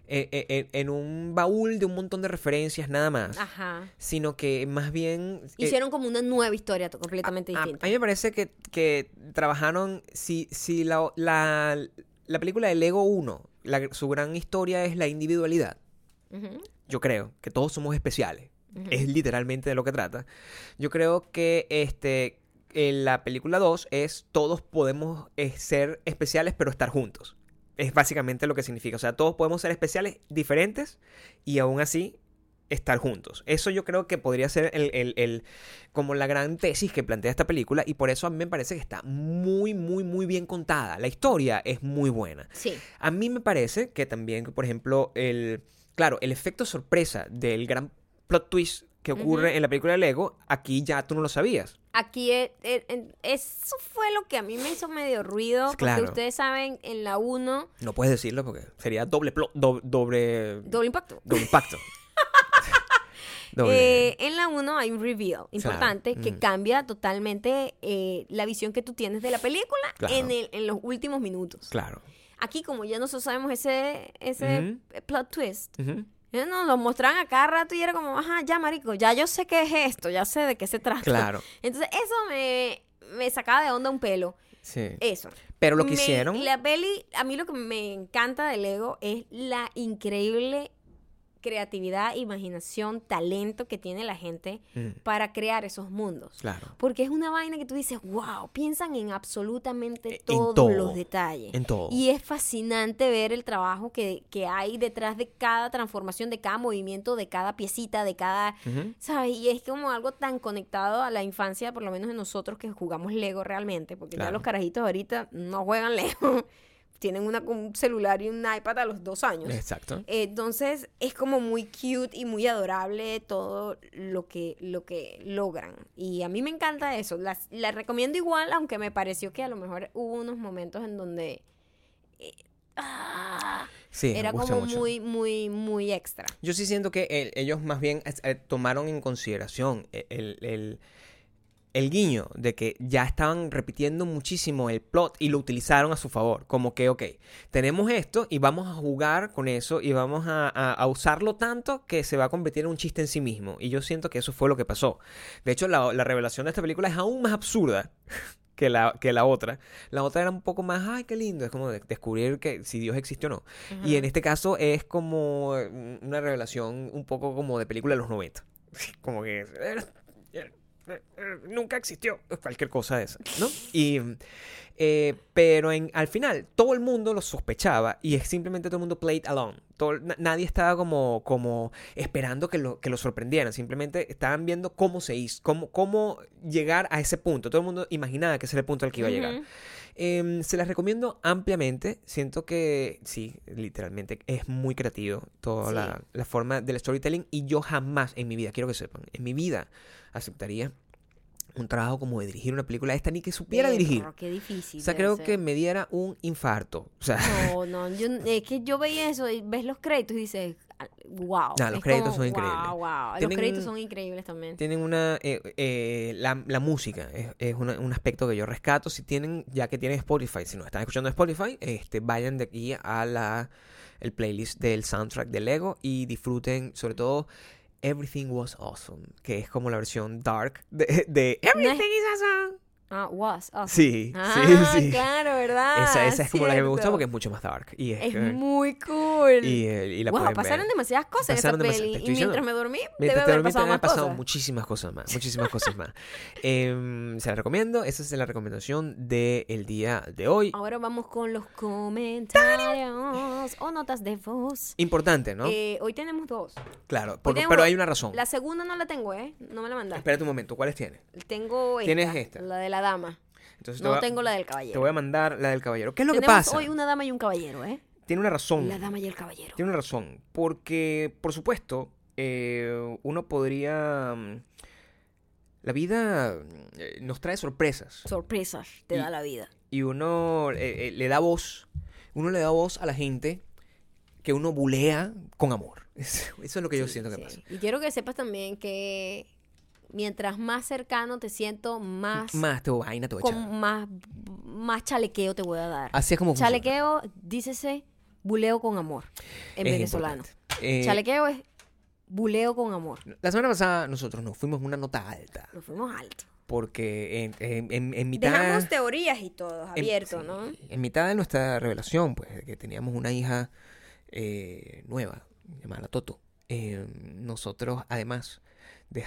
e- e- e- En, un baúl de un montón de referencias nada más.
Ajá.
Sino que más bien... eh,
Ah.
ah,
Hicieron como una nueva historia to- completamente
a,
distinta.
a mí me parece que, que trabajaron, si, si la, la, la película de Lego 1, la- su gran historia es la individualidad,
Ujú.
yo creo, que todos somos especiales, es literalmente de lo que trata, yo creo que este, en la película 2 es todos podemos eh, ser especiales pero estar juntos. Es básicamente lo que significa. O sea, todos podemos ser especiales, diferentes, y aún así estar juntos. Eso yo creo que podría ser el, el- el- como la gran tesis que plantea esta película y por eso a mí me parece que está muy, muy, muy bien contada. La historia es muy buena.
Sí.
A mí me parece que también, por ejemplo, el, claro, el efecto sorpresa del gran plot twist que ocurre en la película de Lego, aquí ya tú no lo sabías.
Aquí e- e- en- eso fue lo que a mí me hizo medio ruido.
Claro.
Porque ustedes saben, en la 1,
No puedes decirlo porque sería doble plot, doble, doble,
doble impacto.
impacto. doble.
Eh, en la 1 hay un reveal importante que
Mm.
cambia totalmente eh, la visión que tú tienes de la película
Claro.
en, el- en los últimos minutos.
claro.
Aquí, como ya nosotros sabemos ese, ese plot twist,
Ujú.
eh, nos lo mostraban a cada rato y era como, ajá, ya, marico, ya yo sé qué es esto, ya sé de qué se trata.
Claro.
Entonces, eso me, me sacaba de onda un pelo.
Sí.
Eso.
Pero lo que
Eh, Me-
hicieron.
La peli, a mí lo que me encanta de Lego es la increíble creatividad, imaginación, talento que tiene la gente
Mm,
para crear esos mundos.
claro.
Porque es una vaina que tú dices, wow, piensan en absolutamente
Eh, En
todos
todo,
los detalles.
en todo.
Y es fascinante ver el trabajo que, que hay detrás de cada transformación, de cada movimiento, de cada piecita, de cada...
Ujú.
¿Sabes? Y es como algo tan conectado a la infancia, por lo menos de nosotros que jugamos Lego realmente, porque ya
Claro.
los carajitos ahorita no juegan Lego. Tienen una, un celular y un iPad a los dos años.
Exacto.
Entonces es como muy cute y muy adorable todo lo que, lo que logran. Y a mí me encanta eso. La, la recomiendo igual, aunque me pareció que a lo mejor hubo unos momentos en donde eh, ah,
Sí, me
era
gusta
como
mucho.
muy, muy, muy extra.
Yo sí siento que eh, ellos más bien es- eh, tomaron en consideración el, el- el- el guiño de que ya estaban repitiendo muchísimo el plot y lo utilizaron a su favor. Como que, ok, tenemos esto y vamos a jugar con eso y vamos a, a- a usarlo tanto que se va a convertir en un chiste en sí mismo. Y yo siento que eso fue lo que pasó. De hecho, la, la revelación de esta película es aún más absurda. Que la, que la otra. La otra era un poco más, ay, qué lindo. Es como de- descubrir que si Dios existe o no. Y en este caso es como eh, un- una revelación un poco como de película de los 90. Como que eh, eh, eh, nunca existió cualquier cosa de esa, ¿no? Y, eh, pero en, al final todo el mundo lo sospechaba y es simplemente todo el mundo played along. Todo- na- nadie estaba como, como esperando que lo, que lo sorprendieran, simplemente estaban viendo cómo se hizo, cómo, cómo llegar a ese punto. Todo el mundo imaginaba que ese era el punto al que iba a llegar.
Ujú.
Em, se las recomiendo ampliamente. Siento que sí, literalmente es muy creativo toda
Sí.
la, la forma del storytelling. Y yo jamás en mi vida, quiero que sepan, en mi vida aceptaría un trabajo como de dirigir una película de esta ni que supiera
Perro,
dirigir.
Qué difícil.
O sea,
debe
creo
ser.
que me diera un infarto. O sea,
No, no, yo, es que yo veía eso y ves los créditos y dices, wow.
No, los
Es
créditos
como,
son increíbles.
"Guau, guau".
Tienen-
Los créditos son increíbles también.
tienen una... eh, eh, la, la música es, es una- un aspecto que yo rescato. Si tienen, ya que tienen Spotify, si no están escuchando Spotify, este, vayan de aquí a la... el playlist del soundtrack de Lego y disfruten sobre todo Everything Was Awesome, que es como la versión dark de, de Everything is Awesome.
Ah, was. awesome.
Sí,
Ah,
sí, sí.
claro, ¿verdad?
esa, esa es como la que me gusta
Cierto.
porque es mucho más dark. Y es,
es
que-
muy cool.
y, eh, y la
wow,
pueden ver.
pasaron demasiadas cosas
Pasaron
en
demasi-
esa
te
peli.
estoy
Y mientras
diciendo.
me dormí, debe
Mientras te
haber
dormiste,
pasado
me han
más
pasado
cosas.
muchísimas cosas más, muchísimas cosas más. Em, se la recomiendo, esa es la recomendación del día de hoy.
Ahora vamos con los comentarios o notas de voz.
Importante, ¿no? Oh.
Eh, hoy tenemos dos.
claro, por-
tenemos-
pero hay una razón.
La segunda no la tengo, ¿eh? No me la mandaste.
Espérate un momento, ¿cuáles tienes?
Tengo esta,
Tienes esta.
La de la dama.
Entonces te
No
voy a-
tengo la del
Te
caballero.
voy a mandar la del caballero. ¿Qué es lo que
Tenemos
pasa?
hoy una dama y un caballero, ¿eh?
Tiene una razón.
La dama y el caballero.
Tiene una razón. Porque, por supuesto, eh, uno podría... mm, La vida eh, nos trae sorpresas.
Sorpresas te
Y-
da la vida.
y uno eh, eh, le da voz, uno le da voz a la gente que uno bulea con amor. Eso es lo que yo
Sí,
siento que
sí.
pasa.
Y quiero que sepas también que mientras más cercano te siento, más,
Más te voy- vaina, te voy a
con-
echar.
más, más chalequeo te voy a dar.
Así es como funciona.
chalequeo, dícese, buleo con amor en
Es
venezolano.
importante. Eh,
chalequeo es buleo con amor.
La semana pasada nosotros nos fuimos una nota alta
Nos fuimos alto.
porque en, en- en- en mitad...
Dejamos teorías y todo
en-
abierto,
sí,
¿no?
En mitad de nuestra revelación, pues, de que teníamos una hija eh, nueva, llamada Toto, eh, nosotros además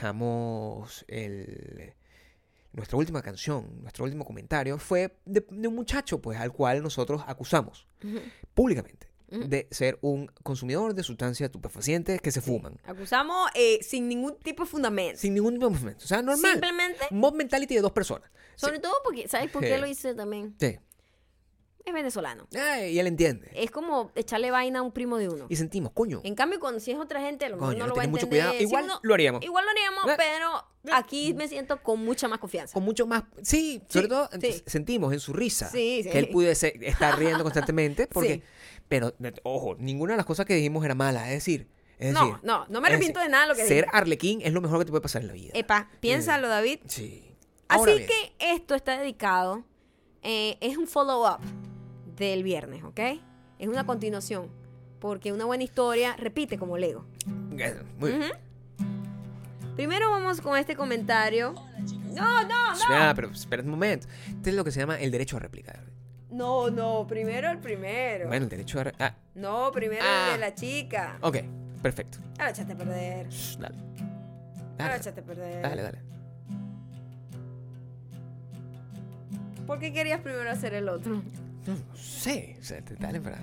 dejamos el, nuestra última canción, nuestro último comentario, fue de, de un muchacho, pues, al cual nosotros acusamos
Ujú.
públicamente de ser un consumidor de sustancias estupefacientes que se fuman.
Acusamos eh, sin ningún tipo de fundamento.
Sin ningún momento. O sea, normal.
Simplemente,
Mob mentality de dos personas.
sobre todo porque, ¿sabes por qué
Sí.
lo hice también?
Sí.
Es venezolano.
Ay, y él entiende.
Es como echarle vaina a un primo de uno.
Y sentimos, coño.
Eh, En cambio, cuando si es otra gente, a lo mejor
Coño,
no
no
lo va a
tenés mucho
entender.
cuidado.
Sí,
Igual
uno-
lo haríamos.
Igual lo haríamos,
Eh.
pero aquí me siento con mucha más confianza.
Con mucho más. Sí, sobre todo ent- sentimos en su risa
Sí, sí.
que él pudiese estar riendo constantemente. Porque,
Sí.
pero, ojo, ninguna de las cosas que dijimos era mala. Es decir, es
No,
decir,
no, no me
es
arrepiento
decir,
de nada de lo que
Ser
dije.
arlequín es lo mejor que te puede pasar en la vida.
Epa, piénsalo, David.
Sí. Ahora
Así
bien,
que esto está dedicado, eh, es un follow-up del viernes, ¿ok? Es una continuación, porque una buena historia repite como Lego.
eh, Muy bien.
Primero vamos con este comentario. No, no,
Espera, pero espera un momento. Este es lo que se llama el derecho a replicar.
no, no, primero el primero.
Bueno, el derecho a. re- Ah,
No, primero
Ah.
el de la chica.
ok, perfecto.
Ah, lo echaste a perder.
Shh, Dale.
Ah, lo
Dale,
echaste a perder.
dale, dale.
¿Por qué querías primero hacer el otro?
No, no sé. O sea, te- dale para.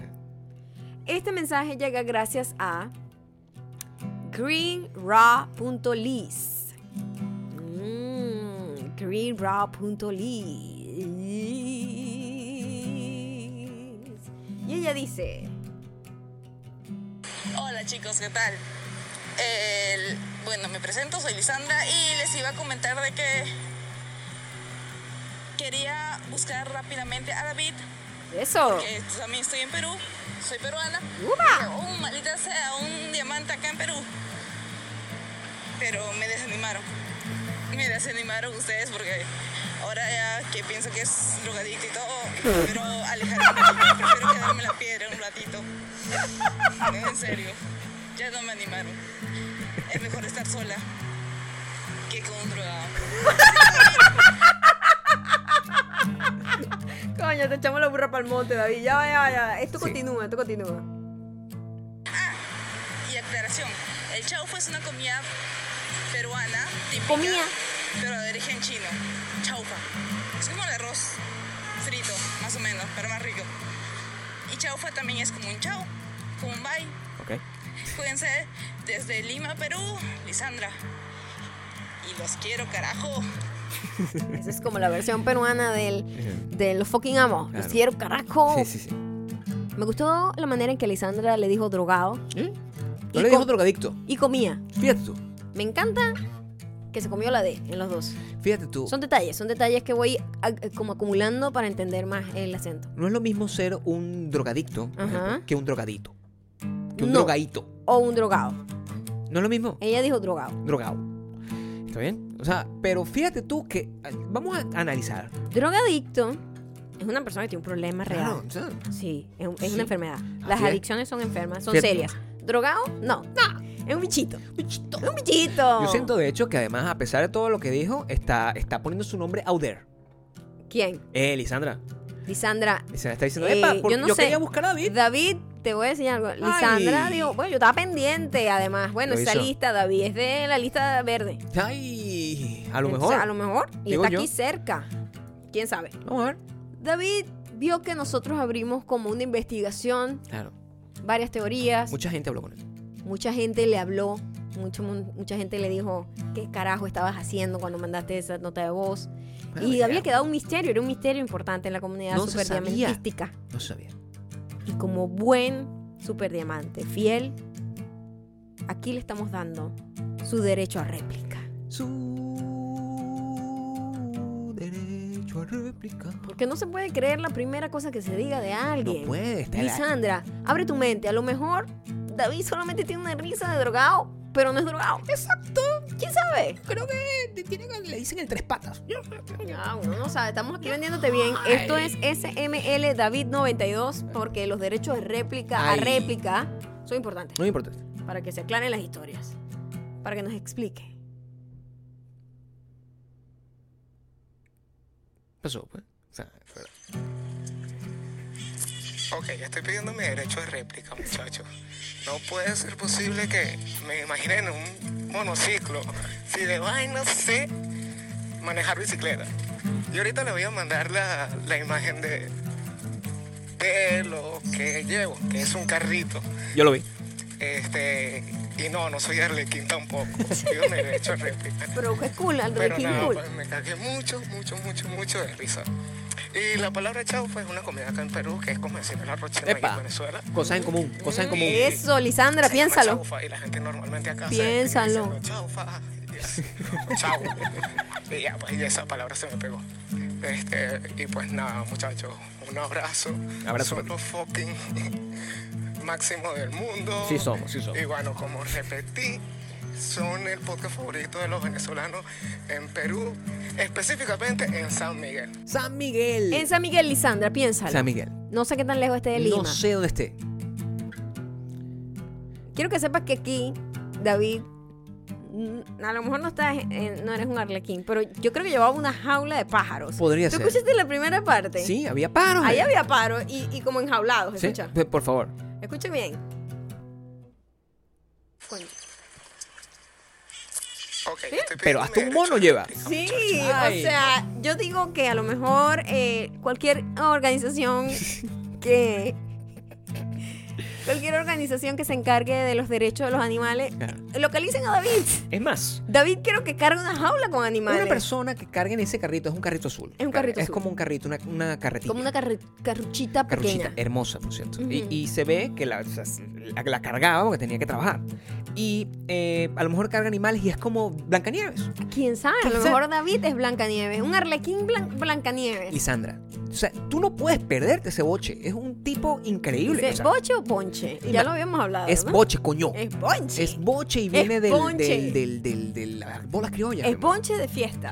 Este mensaje llega gracias a greenraw.lis. Mm, greenraw.lis. Y ella dice,
Hola chicos, ¿qué tal? El- bueno, me presento, soy Lisandra y les iba a comentar de que quería buscar rápidamente a David,
eso.
que también estoy en Perú, soy peruana.
¡Upa!
Un Oh, maldita sea, un diamante acá en Perú. Pero me desanimaron. Me desanimaron ustedes porque ahora ya que pienso que es drogadicto y todo, prefiero alejarme, prefiero quedarme en la piedra un ratito. No, en serio. Ya no me animaron. Es mejor estar sola que con un drogado.
Coño, te echamos la burra para el monte, David. Ya, va, ya, va, ya. va. Esto
Sí.
continúa, esto continúa.
Y aclaración, el chau fue una comida peruana, típica,
Comida.
pero de origen chino. Chaufa. Es como el arroz frito, más o menos, pero más rico. Y chaufa también es como un chau, como un bye.
Ok.
Cuídense desde Lima, Perú, Lisandra. Y los quiero, carajo.
Esa es como la versión peruana del,
Sí,
del fucking amo.
Claro.
Los quiero, carajo.
sí, sí.
Me gustó la manera en que Lisandra le dijo drogado
¿Eh? No
Y
le dijo
con-
drogadicto.
y comía.
Fíjate tú.
Me encanta que se comió la D en los dos.
Fíjate tú.
Son detalles, son detalles que voy ac- como acumulando para entender más el acento.
No es lo mismo ser un drogadicto por
Ajá.
ejemplo, que un drogadito. Que un
No.
drogadito.
O un drogado.
No es lo mismo.
Ella dijo drogado.
Drogado. ¿Está bien? O sea, pero fíjate tú que. ah, Vamos a analizar.
Drogadicto es una persona que tiene un problema
Claro,
real.
o sea,
Sí, es, un- es
Sí.
una enfermedad. Las
es.
adicciones son enfermas, son
Cierto.
serias. ¿Drogado? No. No. Es un bichito.
bichito.
Es un bichito.
Yo siento de hecho que además, a pesar de todo lo que dijo, está, está poniendo su nombre out there.
¿Quién?
Eh, Lisandra.
Lisandra.
Lisandra está diciendo,
Eh,
epa,
yo
por- yo,
no sé.
quería buscar a David.
David, te voy a decir algo. Lisandra dijo, bueno, yo estaba pendiente además. Bueno,
Lo
esa
hizo.
lista, David, es de la lista verde.
Ay, a lo
Entonces,
mejor.
a lo mejor. Y
Digo
está
yo.
aquí cerca. ¿Quién sabe?
Vamos a ver.
David vio que nosotros abrimos como una investigación,
Claro.
varias teorías.
Mucha gente habló con él.
mucha gente le habló. Mucho, mu- mucha gente le dijo, ¿qué carajo estabas haciendo cuando mandaste esa nota de voz?
Bueno,
y
ya.
había quedado un misterio, era un misterio importante en la comunidad
No se
superdiamantística.
No se sabía.
Y como buen superdiamante fiel, aquí le estamos dando su derecho a réplica.
Su derecho a réplica.
Porque no se puede creer la primera cosa que se diga de alguien.
No puede estar.
Lisandra, abre tu mente. A lo mejor David solamente tiene una risa de drogado, pero no es drogado. Exacto. ¿Quién sabe?
Creo que tiene, le dicen el tres patas.
Ah, uno no sabe. Estamos aquí vendiéndote bien. Esto es SML David 92 porque los derechos de réplica
Ay.
a réplica son importantes
No importa.
para que se aclaren las historias, para que nos explique.
Pasó, pues. O sea, fue-
Ok, ya estoy pidiendo mi derecho de réplica, muchachos. No puede ser posible que me imaginen en un monociclo. Si de vaina sé manejar bicicleta. Y ahorita le voy a mandar la, la imagen de, de lo que llevo, que es un carrito.
Yo lo vi.
Este, y no, no soy Arlequín tampoco. Yo me he hecho a réplica.
Pero es cool, Aldo,
Pero
qué
nada,
cool.
pues, me cagué mucho, mucho, mucho, mucho de risa. Y la palabra chao pues, es una comida acá en Perú que es como decir el arroz chino aquí
Epa.
en Venezuela.
Cosas en común, cosas en común.
Eso, Lisandra,
Se llama
piénsalo.
chaufa, Y la gente normalmente acá
Piénsalo.
Se dice, chaufa. y así, Chau. Y ya, pues, y esa palabra se me pegó. Este, y pues nada, muchachos, un abrazo.
Abrazo
Son
para ti.
los fucking máximo del mundo.
Sí somos, sí somos.
Y bueno, como repetí, son el podcast favorito de los venezolanos en Perú, específicamente en San Miguel.
San Miguel.
En San Miguel, Lisandra, piénsalo.
San Miguel.
No sé qué tan lejos esté de Lima.
No sé dónde esté.
Quiero que sepas que aquí, David, mm, a lo mejor no estás, en- no eres un arlequín, pero yo creo que llevaba una jaula de pájaros.
Podría
¿Tú
ser.
escuchaste la primera parte?
Sí, había paros.
Ahí
eh.
había paro y, y como enjaulados,
Sí,
escucha.
pe- por favor.
Escucha bien. Coño.
Ok, yo estoy
Pero
pidiendo
hasta
mi
un
derecho
mono
de
lleva.
réplica,
Sí,
muchachos.
Ay.
o sea, yo digo que a lo mejor eh, cualquier organización que cualquier organización que se encargue de los derechos de los animales
Claro.
eh, localicen a David.
Es más,
David creo que carga una jaula con animales.
una persona que carga en ese carrito es un carrito azul.
Es un carrito
Es
azul.
como un carrito, una, una carretilla.
como una carre- carruchita
carruchita
pequeña.
hermosa, por cierto. y, y se ve que la, o sea, la- la cargaba porque tenía que trabajar. Y eh, a lo mejor carga animales y es como Blancanieves.
¿Quién sabe? A lo
Quizá-
mejor David es Blancanieves, un arlequín blan- Blancanieves.
Lisandra. O sea, tú no puedes perderte ese boche. Es un tipo increíble.
Dice,
o sea,
¿Boche o ponche? Ya lo habíamos hablado.
es
¿no?
boche, coño. Es,
Es ponche.
boche y viene del,
ponche.
del, del, del- de las bolas criollas.
Es
mi amor.
ponche de fiesta.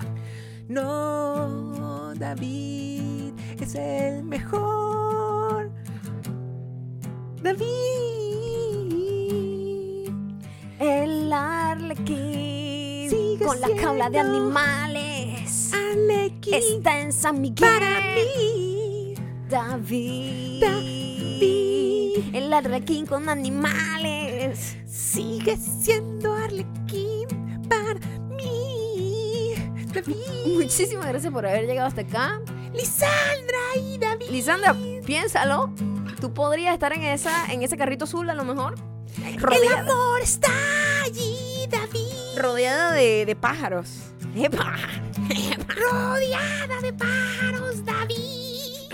No, David es el mejor. David.
El arlequín
Sigue
con la jaula de
siendo
animales
Alequín.
está en San Miguel.
Para mí.
David.
David.
El arlequín con animales.
Sigue siendo Arlequín para mí. David.
Muchísimas gracias por haber llegado hasta acá.
Lisandra y David.
Lisandra, piénsalo. Tú podrías estar en esa en ese carrito azul a lo mejor. Rodeada,
amor está allí, David.
rodeada de, de pájaros. ¡Epa!
Rodeada de pájaros, David.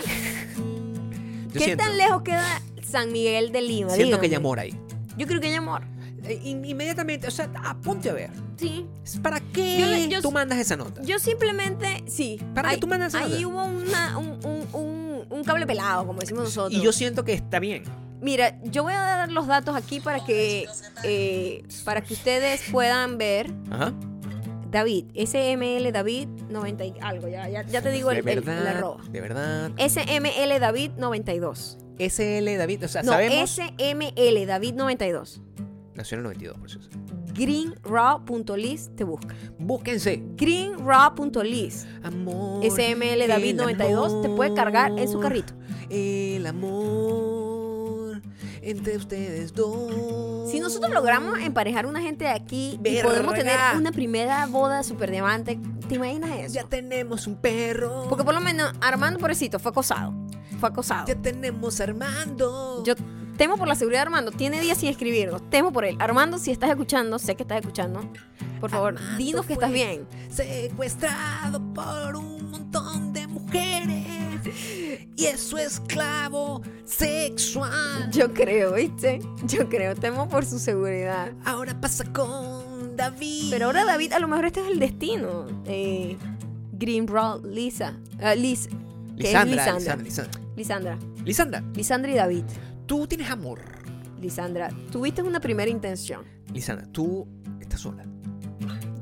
¿Qué tan lejos queda San Miguel de Lima?
Siento que
Dígame.
llamó ahí.
Yo creo que llamó.
Eh, in- Inmediatamente, o sea, apunte a ver.
Sí.
¿Para qué
Yo le- yo
tú
s-
mandas esa nota?
Yo simplemente, sí.
¿Para qué
Ahí-
tú mandas esa
Ahí
nota?
hubo una- un, un- un- un cable pelado, como decimos nosotros.
Y yo siento que está bien.
Mira, yo voy a dar los datos aquí para que, eh, para que ustedes puedan ver.
Ajá.
David, SML David 90 y algo, ya, ya, ya te digo el,
de
el- la
verdad,
arroba.
de verdad.
SML David 92.
SL David, o sea,
No,
sabemos.
SML David 92.
Nació en el 92, por cierto.
GreenRaw.list te busca.
Búsquense.
GreenRaw.list.
Amor.
SML David
el
92 te puede cargar en su
amor,
carrito.
El amor entre ustedes dos.
Si nosotros logramos emparejar una gente de aquí y
Verga.
podemos tener una primera boda super diamante, ¿te imaginas eso?
Ya tenemos un perro.
Porque por lo menos Armando, pobrecito, fue acosado. Fue acosado.
Ya tenemos a Armando.
Yo temo por la seguridad de Armando. Tiene días sin escribirnos. Temo por él. Armando, si estás escuchando, sé que estás escuchando. Por favor,
Armando
dinos que estás
fue
bien.
Secuestrado por un montón de mujeres. Y es su esclavo sexual.
Yo creo, ¿viste? Yo creo. Temo por su seguridad.
Ahora pasa con David.
Pero ahora, David, a lo mejor este es el destino. Eh, Green Road, Lisa. eh, Liz. que es
Lisandra,
Lisandra.
Lisandra, Lisandra.
Lisandra.
Lisandra,
Lisandra y David.
tú tienes amor.
Lisandra, tuviste una primera intención.
Lisandra, tú estás sola.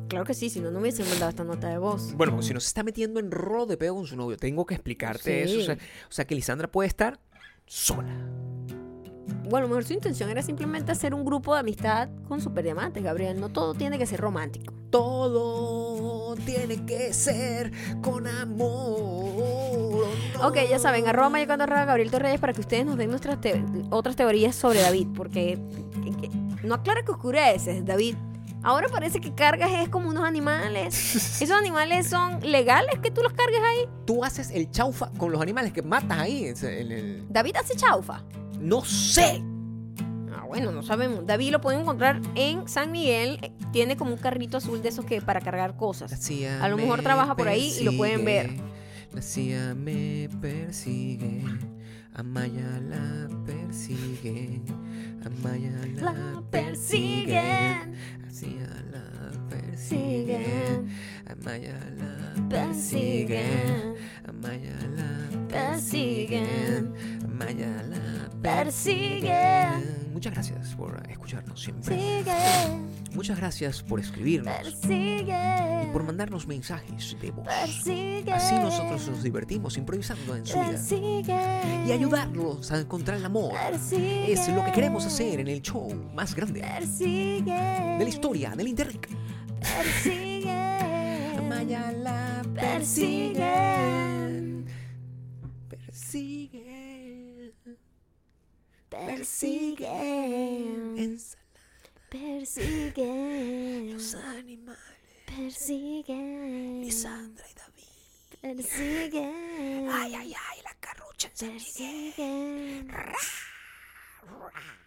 Claro que sí, si no, no me hubiesen mandado esta nota de voz.
Bueno, porque si nos está metiendo en ro de pedo con su novio, tengo que explicarte
Sí.
eso. O sea, o sea, que Lisandra puede estar sola.
Bueno, a lo mejor su intención era simplemente hacer un grupo de amistad con superdiamantes, Gabriel. No todo tiene que ser romántico.
Todo tiene que ser con amor.
Ok, ya saben, arroba Mayocando, arroba Gabriel Torreyes para que ustedes nos den nuestras te- otras teorías sobre David, porque que- que- no aclara que oscureces, David. Ahora parece que cargas es como unos animales. Esos animales son legales que tú los cargues ahí.
Tú haces el chaufa con los animales que matas ahí. es el- el-
David hace chaufa.
No sé.
Ah, bueno, no sabemos. David lo puede encontrar en San Miguel. Eh, Tiene como un carrito azul de esos que para cargar cosas.
a
lo mejor trabaja por ahí y lo pueden ver.
La CIA me persigue. Amaya la persigue. Amaya la,
La
persigue.
persiguen.
La CIA la persigue.
Siguen,
Amaya la persigue.
persiguen,
Amaya la
Persiguen.
persiguen. Amaya la
Persiguen.
persiguen. Muchas gracias por escucharnos siempre.
siguen,
Muchas gracias por escribirnos.
persiguen,
Por mandarnos mensajes de voz.
persiguen,
Así nosotros nos divertimos improvisando en su vida
persiguen,
y ayudarlos a encontrar el amor.
persiguen,
Es lo que queremos hacer en el show más grande
persiguen,
de la historia del Internet.
persiguen,
Maya la
persiguen,
persigue,
persiguen,
ensalada
persiguen,
animales.
persiguen,
Sandra y David.
persiguen,
ay, ay, la carrucha.
persiguen.